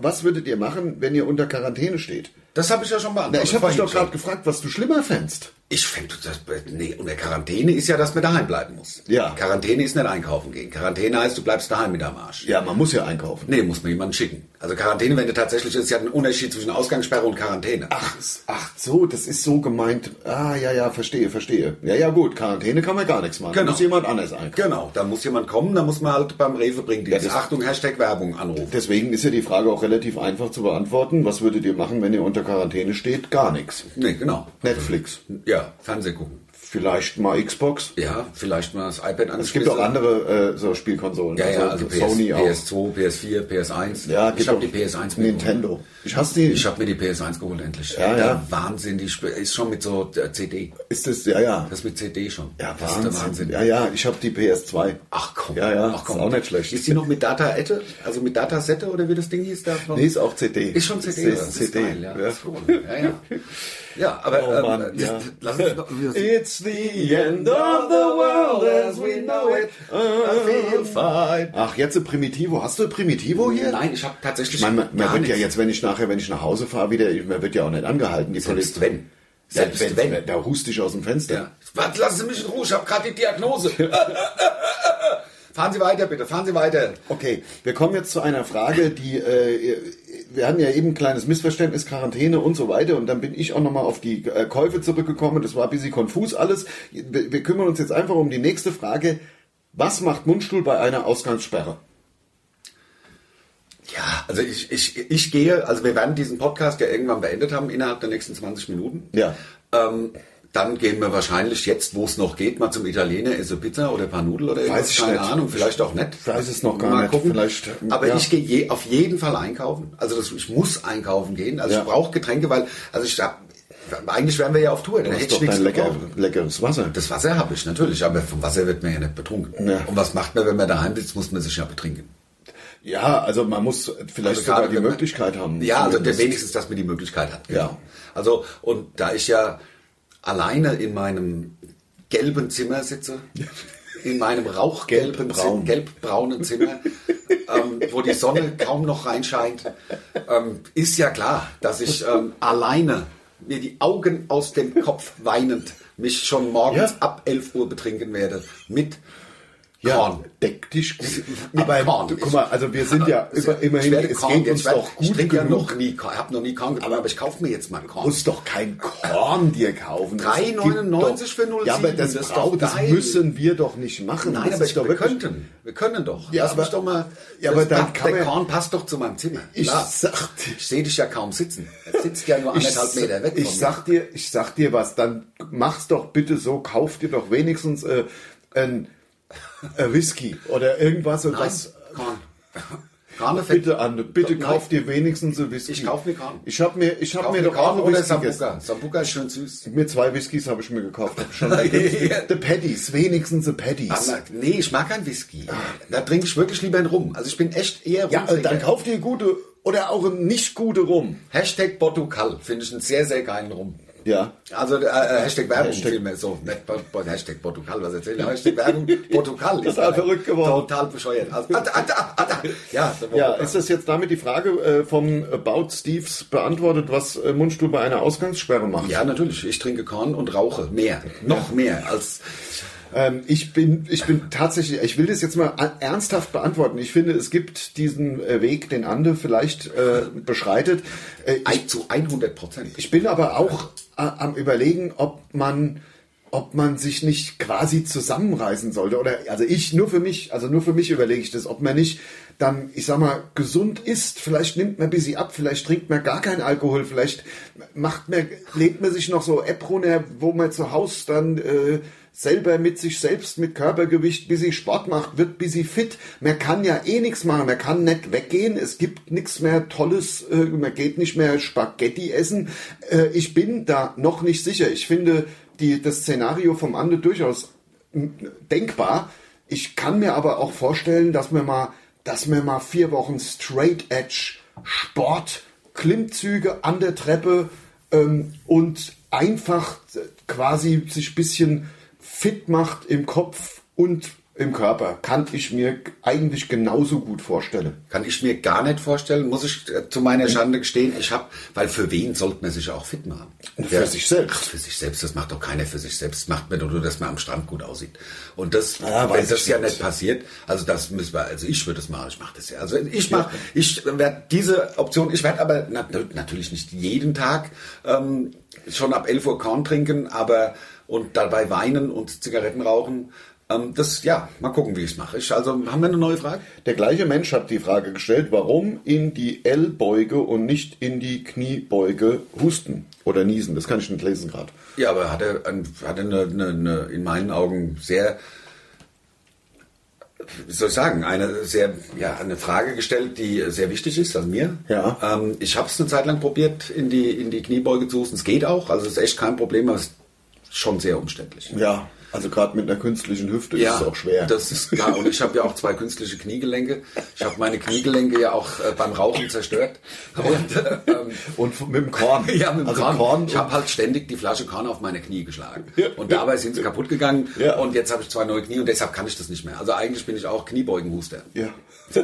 was würdet ihr machen, wenn ihr unter Quarantäne steht? das habe ich ja schon Na, beantwortet. ich habe mich vorhin doch gerade gefragt, was du schlimmer fändst. Ich finde, das, nee, und der Quarantäne ist ja, dass man daheim bleiben muss. Ja. Quarantäne ist nicht einkaufen gehen. Quarantäne heißt, du bleibst daheim mit am Arsch. Ja, man muss ja einkaufen. Nee, muss man jemanden schicken. Also Quarantäne, wenn du tatsächlich ist, ja ein Unterschied zwischen Ausgangssperre und Quarantäne. Ach, s- ach so, das ist so gemeint. Ah, ja, ja, verstehe, verstehe. Ja, ja, gut, Quarantäne kann man gar nichts machen. Genau. Muss jemand anders einkaufen. Genau, da muss jemand kommen, da muss man halt beim Rewe bringen. Ja, das- Achtung, Hashtag Werbung anrufen. Deswegen ist ja die Frage auch relativ einfach zu beantworten. Was würdet ihr machen, wenn ihr unter Quarantäne steht? Gar nichts. Nee, genau. Netflix. Ja, Fernseh gucken. Vielleicht mal Xbox. Ja, vielleicht mal das iPad anschließen. Es gibt auch andere äh, so Spielkonsolen. Ja, ja, also PS, Sony auch. PS2, PS4, PS1. ja, ich gibt habe auch die PS1 mitgenommen. Nintendo. Ich hasse die. Ich habe mir die PS1 geholt endlich. Ja, Der ja. Wahnsinn, die Sp- ist schon mit so äh, CD. ist das, ja, ja. Das mit CD schon. ja, das ist der Wahnsinn. Ja, ja, ich habe die PS2. Ach komm. Ja, ja, Ach, komm. ist auch nicht schlecht. Ist die noch mit Datasette? Also mit Datasette oder wie das Ding hieß? Da noch? Nee, ist auch CD. Ist schon CD. Ist, oder? Das CD. geil, ja. ja. Das ist cool. ja, ja. ja, aber Oh ähm, Mann, das- ja. lass uns noch, It's the end of the world as we know it. I feel fine. Ach, jetzt ein Primitivo. Hast du ein Primitivo hier? Nein, ich habe tatsächlich. Ich meine, man, man gar wird ja nichts. jetzt, wenn ich nachher, wenn ich nach Hause fahre, wieder, man wird ja auch nicht angehalten. Die Selbst Polizei- wenn. Selbst Selbst wenn. wenn. Da hust ich aus dem Fenster. Ja. Warte, lassen Sie mich in Ruhe, ich habe gerade die Diagnose. fahren Sie weiter, bitte, fahren Sie weiter. Okay, wir kommen jetzt zu einer Frage, die äh, wir hatten ja eben ein kleines Missverständnis, Quarantäne und so weiter und dann bin ich auch nochmal auf die äh, Käufe zurückgekommen, das war ein bisschen konfus alles. Wir, wir kümmern uns jetzt einfach um die nächste Frage. Was macht Mundstuhl bei einer Ausgangssperre? Ja, also ich, ich, ich gehe, also wir werden diesen Podcast ja irgendwann beendet haben, innerhalb der nächsten 20 Minuten. Ja. Ähm, dann gehen wir wahrscheinlich jetzt, wo es noch geht, mal zum Italiener, esse Pizza oder ein paar Nudeln oder irgendwas. ich Keine nicht. Ahnung, vielleicht auch nicht. Ich weiß es noch gar mal nicht. Gucken. Vielleicht, Aber ja. ich gehe je, auf jeden Fall einkaufen. Also das, ich muss einkaufen gehen. Also Ja. ich brauche Getränke, weil, also ich hab, eigentlich wären wir ja auf Tour. Dann Das hätte ist ich doch nichts dein lecker, gebraucht. leckeres Wasser. Das Wasser habe ich natürlich, aber vom Wasser wird man ja nicht betrunken. Ja. Und was macht man, wenn man daheim sitzt, muss man sich ja betrinken. Ja, also man muss vielleicht sogar gerade die wenn man- Möglichkeit haben. Ja, also der zumindest. wenigstens, dass man die Möglichkeit hat. genau. Ja. Also, und da ich ja alleine in meinem gelben Zimmer sitze, in meinem rauchgelben, Gelbbraun. Zim- gelbbraunen Zimmer, ähm, wo die Sonne kaum noch reinscheint, ähm, ist ja klar, dass ich ähm, alleine mir die Augen aus dem Kopf weinend mich schon morgens Ja. ab 11 Uhr betrinken werde mit Ja, Korn. deck dich gut. Mit Aber Korn. du, guck mal, also wir sind ja Es- über, ich immerhin, werde es Korn geht jetzt uns werden- doch Ich gut trinke ja genug. noch nie, Korn- ich habe noch nie Korn getrunken, aber ich kaufe mir jetzt mal einen Korn. muss doch kein Korn dir kaufen. Es gibt 3,99 für doch- Ja, aber 0,7, das, das ist braucht, doch das geil. müssen wir doch nicht machen. Nein, das aber ist ich, doch wir könnten. Wir können doch. Ja, Lass mich aber- doch mal. Ja, aber dann das, kann der man- Korn passt doch zu meinem Zimmer. Ich Klar. sag dir- ich sehe dich ja kaum sitzen. Er sitzt ja nur Ich, anderthalb Meter weg. ich von mir. sag dir, ich sag dir was, dann mach's doch bitte so, kauf dir doch wenigstens äh, ein, ein Whisky oder irgendwas und Nein, was. Korn. Carneffekt. Bitte, Ande, bitte Nein. kauf dir wenigstens ein Whisky. Ich kauf mir Kahn. Ich hab mir, ich hab Kauf mir doch auch Kahn einen oder Whisky gestern. Sambuca. Sambuca ist schön süß. Mir zwei Whiskys habe ich mir gekauft. Hab schon the Paddies, wenigstens the Paddies. Aber, nee, ich mag keinen Whisky. Da trinke ich wirklich lieber einen Rum. Also ich bin echt eher Ah. Ja, äh, Rumtrinker. dann kauf dir gute oder auch einen nicht gute rum. Hashtag Botokal finde ich einen sehr, sehr geilen Rum. Ja. Also äh, äh, Hashtag Werbung Hashtag- vielmehr. So, nicht Bo- Bo- Hashtag Portugal, was erzählen? Hashtag Werbung Portugal. Das ist auch verrückt geworden. Total bescheuert. Also, ah, ah, ah, ah, ah. ja, so- Ja, ist das jetzt damit die Frage äh, vom About Steves beantwortet, was äh, Mundstuhl bei einer Ausgangssperre macht? ja, natürlich. Ich trinke Korn und rauche mehr. Noch mehr als... Ähm, ich bin, ich bin tatsächlich, ich will das jetzt mal a- ernsthaft beantworten. Ich finde, es gibt diesen äh, Weg, den Ande vielleicht äh, beschreitet. Äh, ich, Ein, zu 100 Prozent. ich bin aber auch a- am überlegen, ob man, ob man sich nicht quasi zusammenreißen sollte oder, also ich nur für mich, also nur für mich überlege ich das, ob man nicht dann, ich sag mal, gesund ist. Vielleicht nimmt man ein bisschen ab, vielleicht trinkt man gar keinen Alkohol, vielleicht macht man, legt man sich noch so App runter, wo man zu Hause dann äh, selber mit sich selbst, mit Körpergewicht, bis sie Sport macht, wird bis sie fit. Man kann ja eh nichts machen, man kann nicht weggehen, es gibt nichts mehr Tolles, äh, man geht nicht mehr Spaghetti essen. Äh, ich bin da noch nicht sicher. Ich finde die, das Szenario vom Ande durchaus m, denkbar. Ich kann mir aber auch vorstellen, dass mir mal, dass mir mal vier Wochen Straight Edge Sport, Klimmzüge an der Treppe ähm, und einfach äh, quasi sich ein bisschen fit macht im Kopf und im Körper, kann ich mir g- eigentlich genauso gut vorstellen. Kann ich mir gar nicht vorstellen, muss ich äh, zu meiner Schande gestehen. Ich habe, weil für wen sollte man sich auch fit machen? Für sich selbst. Ach, für sich selbst, das macht doch keiner für sich selbst. Das macht man doch nur, dass man am Strand gut aussieht. Und das, Ja, wenn Ah, weiß das ich ja nicht. nicht passiert, also das müssen wir, also ich würde das machen, ich mache das ja. Also ich mache, ich werde diese Option, ich werde aber na, natürlich nicht jeden Tag ähm, schon ab 11 Uhr Korn trinken, aber und dabei weinen und Zigaretten rauchen. Ähm, das, ja, mal gucken, wie ich es mache. Ich, also haben wir eine neue Frage? Der gleiche Mensch hat die Frage gestellt, warum in die Ellbeuge und nicht in die Kniebeuge husten oder niesen. Das kann ich nicht lesen gerade. Ja, aber hat er, ein, hat er eine, eine, eine, in meinen Augen sehr, wie soll ich sagen, eine sehr, ja, eine Frage gestellt, die sehr wichtig ist, also mir. Ja. Ähm, ich habe es eine Zeit lang probiert, in die, in die Kniebeuge zu husten. Es geht auch, also es ist echt kein Problem, aber es ist schon sehr umständlich. Ja, also gerade mit einer künstlichen Hüfte ist es auch schwer. Das ist klar. Und ich habe ja auch zwei künstliche Kniegelenke. Ich habe meine Kniegelenke ja auch äh, beim Rauchen zerstört. Und, äh, ähm, und f- mit dem Korn. Ja, mit dem also Korn. Korn ich habe halt ständig die Flasche Korn auf meine Knie geschlagen. Ja. Und dabei sind sie kaputt gegangen. Ja. Und jetzt habe ich zwei neue Knie und deshalb kann ich das nicht mehr. Also eigentlich bin ich auch Kniebeugenhuster. Ja.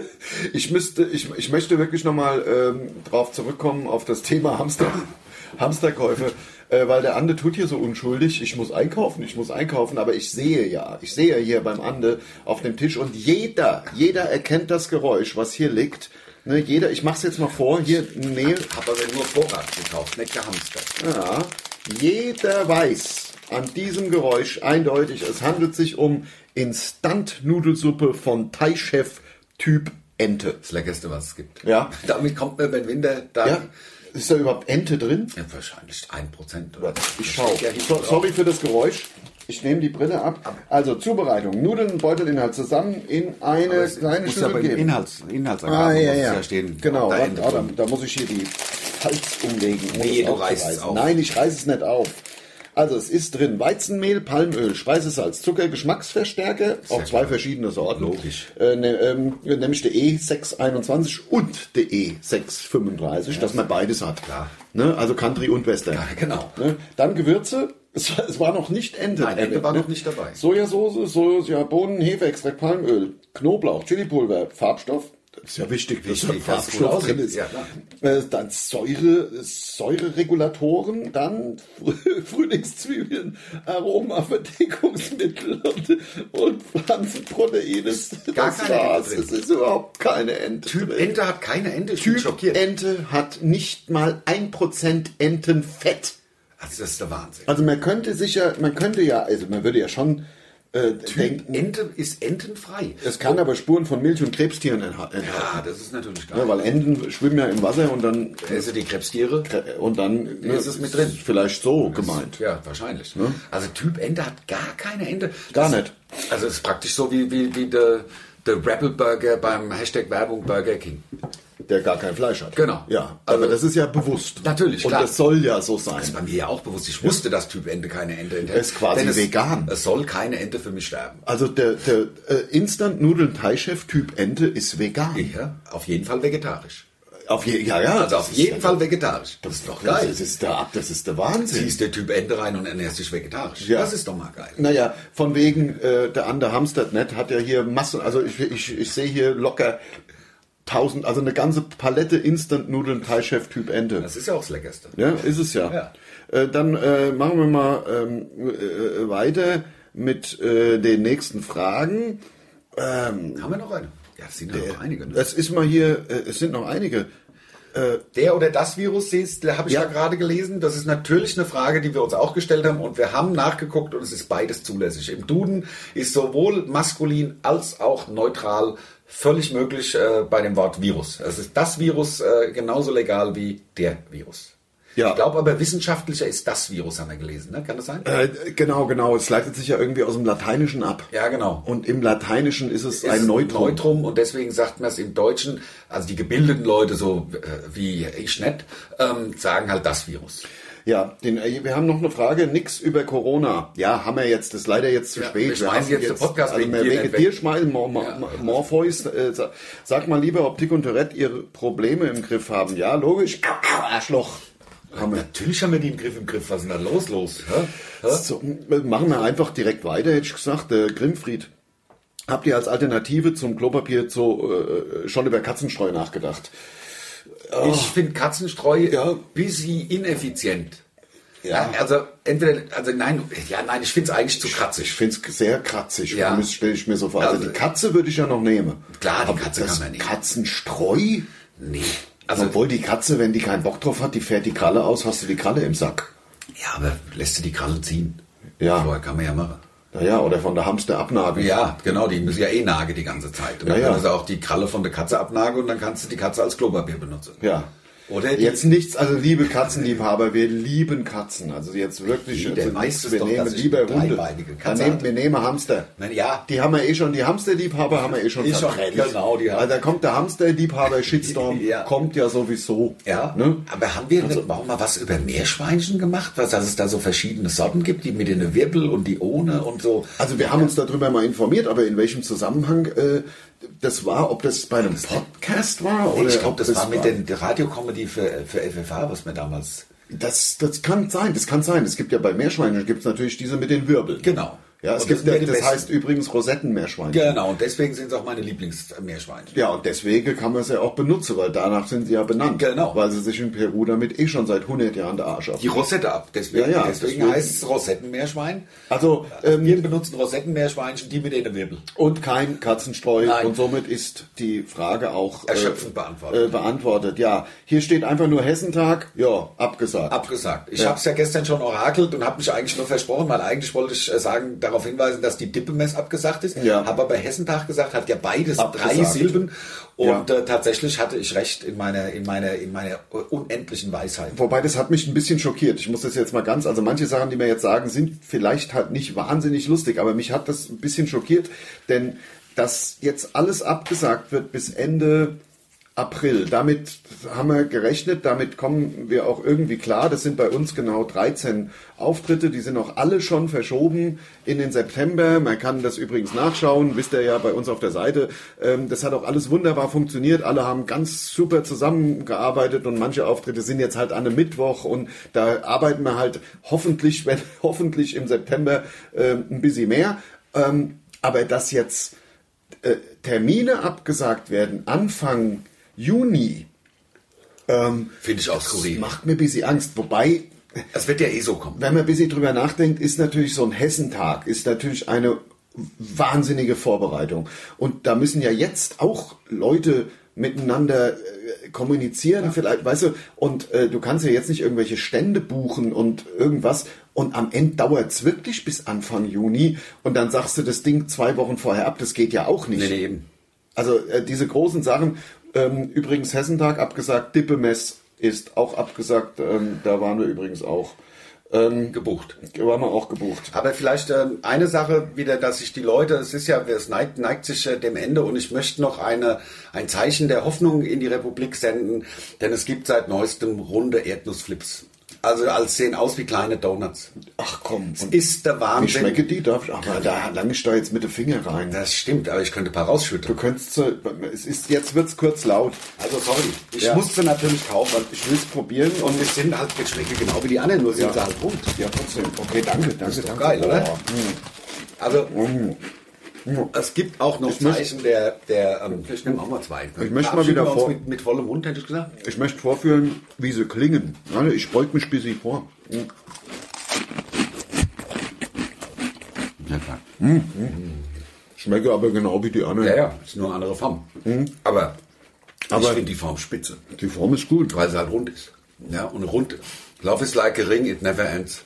Ich müsste, ich, ich möchte wirklich nochmal ähm, drauf zurückkommen auf das Thema Hamster, Hamsterkäufe, äh, weil der Ande tut hier so unschuldig. Ich muss einkaufen, ich muss einkaufen, aber ich sehe ja, ich sehe hier beim Ande auf dem Tisch und jeder, jeder erkennt das Geräusch, was hier liegt. Ne, jeder, ich mach's jetzt mal vor, hier Nähe. Habe aber nur Vorrat gekauft, nicht gehamstert. Ja, jeder weiß an diesem Geräusch eindeutig, es handelt sich um Instant-Nudelsuppe von Thai-Chef Typ Ente. Das Leckerste, was es gibt. Ja. Damit kommt man beim Winter da. Ja. Ist da überhaupt Ente drin? Ja, wahrscheinlich ein Prozent. Ich schau. Ja, hinten So, drauf. sorry für das Geräusch. Ich nehme die Brille ab. Also Zubereitung. Nudeln, Beutelinhalt zusammen in eine Das kleine muss ja Schüssel bei den geben. Inhalts, Inhaltsangaben Ah, ja, muss es ja. ja stehen. Genau. Da Da, endet da, drin. da muss ich hier die Hals umlegen. ohne Nee, es du reißt es aufzureißen. auf. Nein, ich reiße es nicht auf. Also es ist drin Weizenmehl, Palmöl, Speisesalz, Zucker, Geschmacksverstärker, auch zwei verschiedene Sorten. Logisch. Äh, ne, ähm, nämlich der E621 und der E635, dass man beides hat. Klar. Ne? Also Country und Western. Ja, genau. Ne? Dann Gewürze. Es war, es war noch nicht Ente. Nein, Ente war noch nicht dabei. Sojasauce, Soja, Bohnen, Hefeextrakt, Palmöl, Knoblauch, Chilipulver, Farbstoff. Das ist ja wichtig, dass da Wichtig, dass es gut Farbstoff drin aussieht. ist. Ja, klar. Äh, dann Säure, Säureregulatoren, dann Frühlingszwiebeln, Aromaverdickungsmittel und, und Pflanzenproteine. Gar das keine war's. Ente Es drin. ist überhaupt keine Ente. Typ drin. Ente hat keine Ente. Ich bin typ schockiert. Ente hat nicht mal 1% Entenfett. Also das ist der Wahnsinn. Also man könnte sicher, man könnte ja, also man würde ja schon äh, denken, Ente ist entenfrei. es kann aber Spuren von Milch- und Krebstieren entha- enthalten. Ja, das ist natürlich Ja, klar. weil Enten schwimmen ja im Wasser und dann Esse die Krebstiere. und dann ne, ist es mit drin. Vielleicht so gemeint. Ne? Ja, wahrscheinlich. Also Typ Ente hat gar keine Ente. Gar Das- nicht. Also es ist praktisch so wie, wie, wie der, The Rebel Burger beim Hashtag Werbung Burger King. der gar kein Fleisch hat. Genau. Ja, Also- aber das ist ja bewusst. Natürlich, Und klar. das soll ja so Das ist sein. bei mir ja auch bewusst. Ich wusste, dass Typ Ente keine Ente enthält. Ist quasi Denn es, vegan. Es soll keine Ente für mich sterben. Also der, der äh, Instant-Nudeln-Thai-Chef Typ Ente ist vegan. Ja, auf jeden Fall vegetarisch. Auf je, ja, ja. Also das auf ist jeden ja- Fall vegetarisch. Das ist doch geil. Das ist der, das ist der Wahnsinn. Ziehst der Typ Ente rein und ernährst dich vegetarisch. Ja. Das ist doch mal geil. Naja, von wegen äh, der andere hamstert nicht, hat ja hier Massen. Also ich, ich, ich sehe hier locker tausend, also eine ganze Palette Instant-Nudeln Thai-Chef Typ Ente. Das ist ja auch das Leckerste. Ja, ist es ja. Ja. Äh, dann äh, machen wir mal ähm, äh, weiter mit äh, den nächsten Fragen. Haben wir noch eine? Ja, es sind ja noch einige. Ne? Es ist mal hier, äh, es sind noch einige. Der oder das Virus siehst, habe ich ja. Ja. da gerade gelesen. Das ist natürlich eine Frage, die wir uns auch gestellt haben und wir haben nachgeguckt und es ist beides zulässig. Im Duden ist sowohl maskulin als auch neutral völlig möglich äh, bei dem Wort Virus. Es ist das Virus äh, genauso legal wie der Virus. Ja. Ich glaube aber wissenschaftlicher ist das Virus, haben wir gelesen. Ne? Kann das sein? Äh, genau, genau. Es leitet sich ja irgendwie aus dem Lateinischen ab. Ja, genau. Und im Lateinischen ist es ist ein Neutrum. und deswegen sagt man es im Deutschen, also die gebildeten Leute, so äh, wie ich nicht, ähm, sagen halt das Virus. Ja, den, äh, wir haben noch eine Frage. Nix über Corona. Ja, haben wir jetzt. Das ist leider jetzt zu Ja, spät. wir schmeißen haben jetzt den Podcast also wegen mehr dir wegen nicht dir weg. schmeißen. Mor Mor Mor Morpheus, äh, sa- sag mal lieber, ob Dick und Tourette ihre Probleme im Griff haben. Ja, logisch. Au, au, Arschloch. Haben wir. Natürlich haben wir die im Griff im Griff. Was ist denn da los, los? Hä? Hä? So, äh, machen wir einfach direkt weiter, hätte ich gesagt. Äh, Grimfried, habt ihr als Alternative zum Klopapier so, äh, schon über Katzenstreu nachgedacht? Ich finde Katzenstreu Ja. bisschen ineffizient. Ja. Ja. also entweder, also nein, ja, nein, ich finde es eigentlich zu kratzig. Ich finde es sehr kratzig, Ja. ja. stelle ich mir so vor. Also, Also- die Katze würde ich ja noch nehmen. Klar, die Aber Katze das kann man nehmen. Katzenstreu? Nee. Also, Also, Obwohl die Katze, wenn die keinen Bock drauf hat, die fährt die Kralle aus, hast du die Kralle im Sack. ja, aber lässt du die Kralle ziehen? Ja. Vorher kann man ja machen. Naja, oder von der Hamster abnagen. Ja, genau, die müssen ja eh nage die ganze Zeit. Und dann Ja, ja. kannst du auch die Kralle von der Katze abnagen und dann kannst du die Katze als Klopapier benutzen. Ja. Oder Äh, die, Jetzt nichts, also liebe Katzenliebhaber, wir lieben Katzen. Also jetzt wirklich, Jeder also weiß es wir doch, nehmen dass ich lieber eine Hunde. dreibeinige Katze Dann nehmen, hatte. wir nehmen Hamster. Na ja. Die haben wir eh schon, die Hamsterliebhaber haben wir eh schon Ist schon, verbrennt. genau, die haben- Also da kommt der Hamsterliebhaber-Shitstorm, Ja. kommt ja sowieso. ja, Ne? aber haben wir also, auch mal was über Meerschweinchen gemacht? Was, dass es da so verschiedene Sorten gibt, die mit den Wirbel und die ohne und so. Also wir haben uns darüber mal informiert, aber in welchem Zusammenhang äh, das war, ob das bei einem Podcast war Nee, oder ich glaube, ob das war mit den- der Radiocomedy für, für FFH, was wir damals. Das, das kann sein, das kann sein. Es gibt ja bei Meerschweinchen gibt es natürlich diese mit den Wirbeln. Genau. Ja, es Und das gibt sind ja ja, die das besten. heißt übrigens Rosettenmeerschweinchen. Genau, und deswegen sind es auch meine Lieblingsmeerschweinchen. Ja, und deswegen kann man es ja auch benutzen, weil danach sind sie ja benannt. Genau. Weil sie sich in Peru damit eh schon seit 100 Jahren der Arsch ab. Die Rosette ab. Deswegen, Ja, ja, deswegen deswegen- heißt es Rosettenmeerschwein. Also, ähm, wir benutzen Rosettenmeerschweinchen, die mit den Wirbel. Und kein Katzenstreu. Nein. Und somit ist die Frage auch Erschöpfend beantwortet. Äh, beantwortet, ja. Hier steht einfach nur Hessentag. Ja, abgesagt. Abgesagt. Ich Ja. habe es ja gestern schon orakelt und habe mich eigentlich nur versprochen, weil eigentlich wollte ich äh, sagen, darauf hinweisen, dass die Dippemess abgesagt ist. Ja. Habe aber Hessentag gesagt, hat ja beides Abgesagt. drei Silben. Und Ja. äh, tatsächlich hatte ich recht in meiner, in meiner, in meiner äh, unendlichen Weisheit. Wobei das hat mich ein bisschen schockiert. Ich muss das jetzt mal ganz, also manche Sachen, die mir jetzt sagen, sind vielleicht halt nicht wahnsinnig lustig, aber mich hat das ein bisschen schockiert, denn dass jetzt alles abgesagt wird bis Ende April, damit haben wir gerechnet, damit kommen wir auch irgendwie klar. Das sind bei uns genau 13 Auftritte, die sind auch alle schon verschoben in den September. Man kann das übrigens nachschauen, wisst ihr ja bei uns auf der Seite. Ähm, Das hat auch alles wunderbar funktioniert. Alle haben ganz super zusammengearbeitet und manche Auftritte sind jetzt halt an einem Mittwoch und da arbeiten wir halt hoffentlich, wenn hoffentlich im September ähm, ein bisschen mehr. Ähm, Aber das jetzt äh, Termine abgesagt werden Anfang Juni, Finde ich auch skurril. macht mir ein bisschen Angst. Wobei, Das wird ja eh so kommen. wenn man ein bisschen drüber nachdenkt, ist natürlich so ein Hessentag, ist natürlich eine wahnsinnige Vorbereitung. Und da müssen ja jetzt auch Leute miteinander äh, kommunizieren, vielleicht, weißt du, und äh, du kannst ja jetzt nicht irgendwelche Stände buchen und irgendwas. Und am Ende dauert es wirklich bis Anfang Juni und dann sagst du das Ding zwei Wochen vorher ab, das geht ja auch nicht. Nee, nee, eben. Also äh, diese großen Sachen, ähm, übrigens Hessentag abgesagt, Dippemess ist auch abgesagt, ähm, da waren wir übrigens auch. Ähm, gebucht. waren wir auch gebucht. Aber vielleicht äh, eine Sache wieder, dass sich die Leute, es ist ja, es neigt, neigt sich äh, dem Ende und ich möchte noch eine, ein Zeichen der Hoffnung in die Republik senden, denn es gibt seit neuestem runde Erdnussflips. Also als sehen aus wie kleine Donuts. Ach komm. Das ist der Wie Wahnsinn. schmecke die? Darf ich, aber da lange ich da jetzt mit dem Finger rein. ne? Das stimmt, aber ich könnte ein paar rausschütteln. Du könntest, sie- es ist, jetzt wird's kurz laut. Also sorry, ich Ja. musste natürlich kaufen. Ich will's probieren und Und es sind halt die Schmecke genau wie die anderen, nur sind Ja. sie halt rund. ja, trotzdem. Okay, danke, danke, das ist danke. geil, oder? Boah. Also es gibt auch noch möchte- Zeichen der, der ähm, ich nehme auch mal zwei. Ich möchte mal wieder Verabschieden wir uns vor- Mit, mit vollem Mund hätte ich gesagt. Ich möchte vorführen, wie sie klingen. Ja, ne, Ich beug mich ein bisschen vor. Schmecke aber genau wie die anderen. Ja, ja, ist nur eine andere Form. Aber, ich Mhm. Aber- finde die Form spitze, Die Form ist gut. weil sie halt rund ist. Ja, und rund, Love is like a ring, it never ends.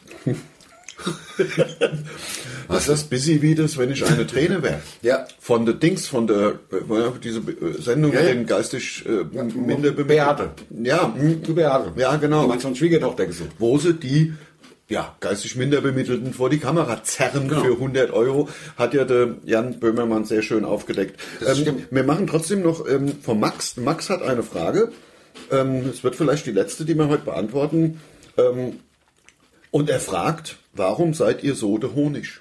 Das ist busy wie das, wenn ich eine Träne wäre. Ja. Von der Dings, von der äh, diese äh, Sendung Ja, mit ja. dem geistig äh, minder Beate. Ja, hm, Du Beate. ja, Du genau. meinst von Schwiegertochter gesucht. Wo sie die ja, geistig Minderbemittelten vor die Kamera zerren Genau. für 100 Euro, hat ja der Jan Böhmermann sehr schön aufgedeckt. Das ähm, stimmt. wir machen trotzdem noch ähm, von Max. Max hat eine Frage. Ähm, es wird vielleicht die letzte, die wir heute beantworten. Ähm, und er fragt, warum seid ihr so der Honig?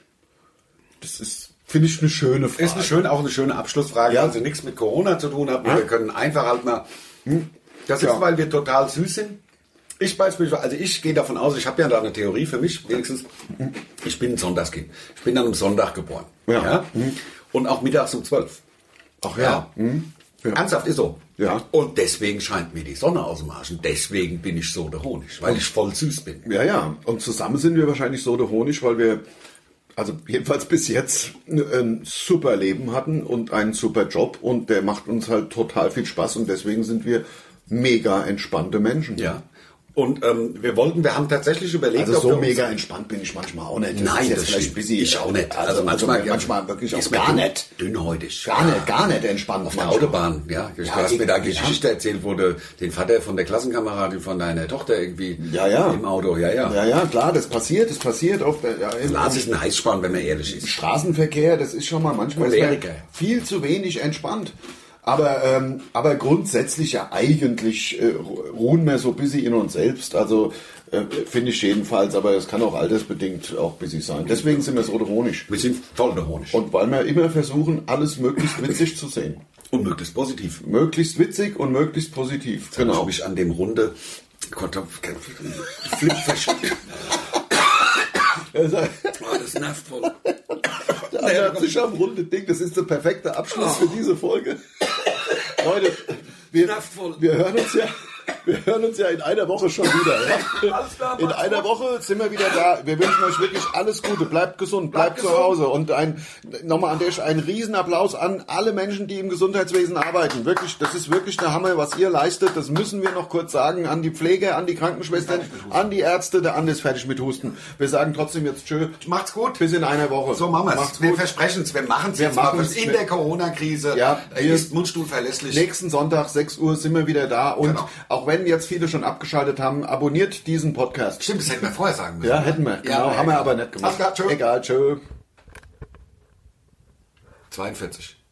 Das ist, finde ich, eine schöne Frage. Ist eine schöne, auch eine schöne Abschlussfrage, Ja. also nichts mit Corona zu tun hat. Wir können einfach halt mal. Das Ja. ist, weil wir total süß sind. Ich beispielsweise, also ich gehe davon aus, ich habe ja da eine Theorie für mich wenigstens. Ich bin ein Sonntagskind. Ich bin an einem Sonntag geboren. Ja. Mhm. Und auch mittags um 12. Ach Mhm. Ja. Ernsthaft ist so. Ja. Und deswegen scheint mir die Sonne aus dem Arsch. Und deswegen bin ich so der Honig, weil ich voll süß bin. Ja, ja. Und zusammen sind wir wahrscheinlich so der Honig, weil wir, also jedenfalls bis jetzt, ein super Leben hatten und einen super Job. Und der macht uns halt total viel Spaß. Und deswegen sind wir mega entspannte Menschen. Ja. Und ähm, wir wollten, wir haben tatsächlich überlegt, Also wir so uns- mega entspannt bin ich manchmal auch nicht. Nein, ist das, jetzt vielleicht stimmt. busy. Ich auch nicht. Also, manchmal, manchmal wirklich auch ist gar mir nicht. Dünnhäutig. Gar nicht, gar nicht entspannt. Auf der Autobahn, ja. Du Ja, hast mir eben, da ja. Geschichte erzählt, wo du den Vater von der Klassenkameradin von deiner Tochter irgendwie Ja, ja. im Auto, ja, ja. Ja, ja, klar, das passiert, das passiert auf der, ja, im- Lars ist ein Heißspann, wenn man ehrlich ist. Straßenverkehr, das ist schon mal manchmal ist man Choleriker. viel zu wenig entspannt. Aber, ähm, aber grundsätzlich ja eigentlich äh, ruhen wir so busy in uns selbst. Also äh, finde ich jedenfalls, aber es kann auch altersbedingt auch busy sein. Deswegen sind wir so ironisch. Wir sind voll der Honig. Und weil wir immer versuchen, alles möglichst witzig zu sehen. Und möglichst positiv. Möglichst witzig und möglichst positiv. Genau. Genau. Habe ich an dem Runde Kartoff- Flip verschüttet. Also, Oh, das nervt voll. Der hat sich am runden Ding. Das ist der perfekte Abschluss für diese Folge. Leute, wir, Kraftvoll. wir hören uns ja. Wir hören uns ja in einer Woche schon wieder. Ja? Alles klar, In macht's einer Woche sind wir wieder da. Wir wünschen euch wirklich alles Gute. Bleibt gesund, bleibt, zu gesund. Hause. Und ein, nochmal an der Stelle einen Riesenapplaus an alle Menschen, die im Gesundheitswesen arbeiten. Wirklich, das ist wirklich der Hammer, was ihr leistet. Das müssen wir noch kurz sagen. An die Pflege, an die Krankenschwestern, an die Ärzte. Der Andi ist fertig mit Husten. Wir sagen trotzdem jetzt Tschö. Macht's gut. Bis in einer Woche. So machen wir's. Macht's Wir gut. versprechen es. Wir machen es Wir jetzt mal. machen's. In Wir- der Corona-Krise Ja, äh, wir- ist Mundstuhl verlässlich. Nächsten Sonntag, 6 Uhr, sind wir wieder da. Und Genau. auch wenn jetzt viele schon abgeschaltet haben, abonniert diesen Podcast. Stimmt, das hätten wir vorher sagen müssen. Ja, hätten wir. Genau, haben wir aber nicht gemacht. Alles klar, tschö. Egal, tschö. 42.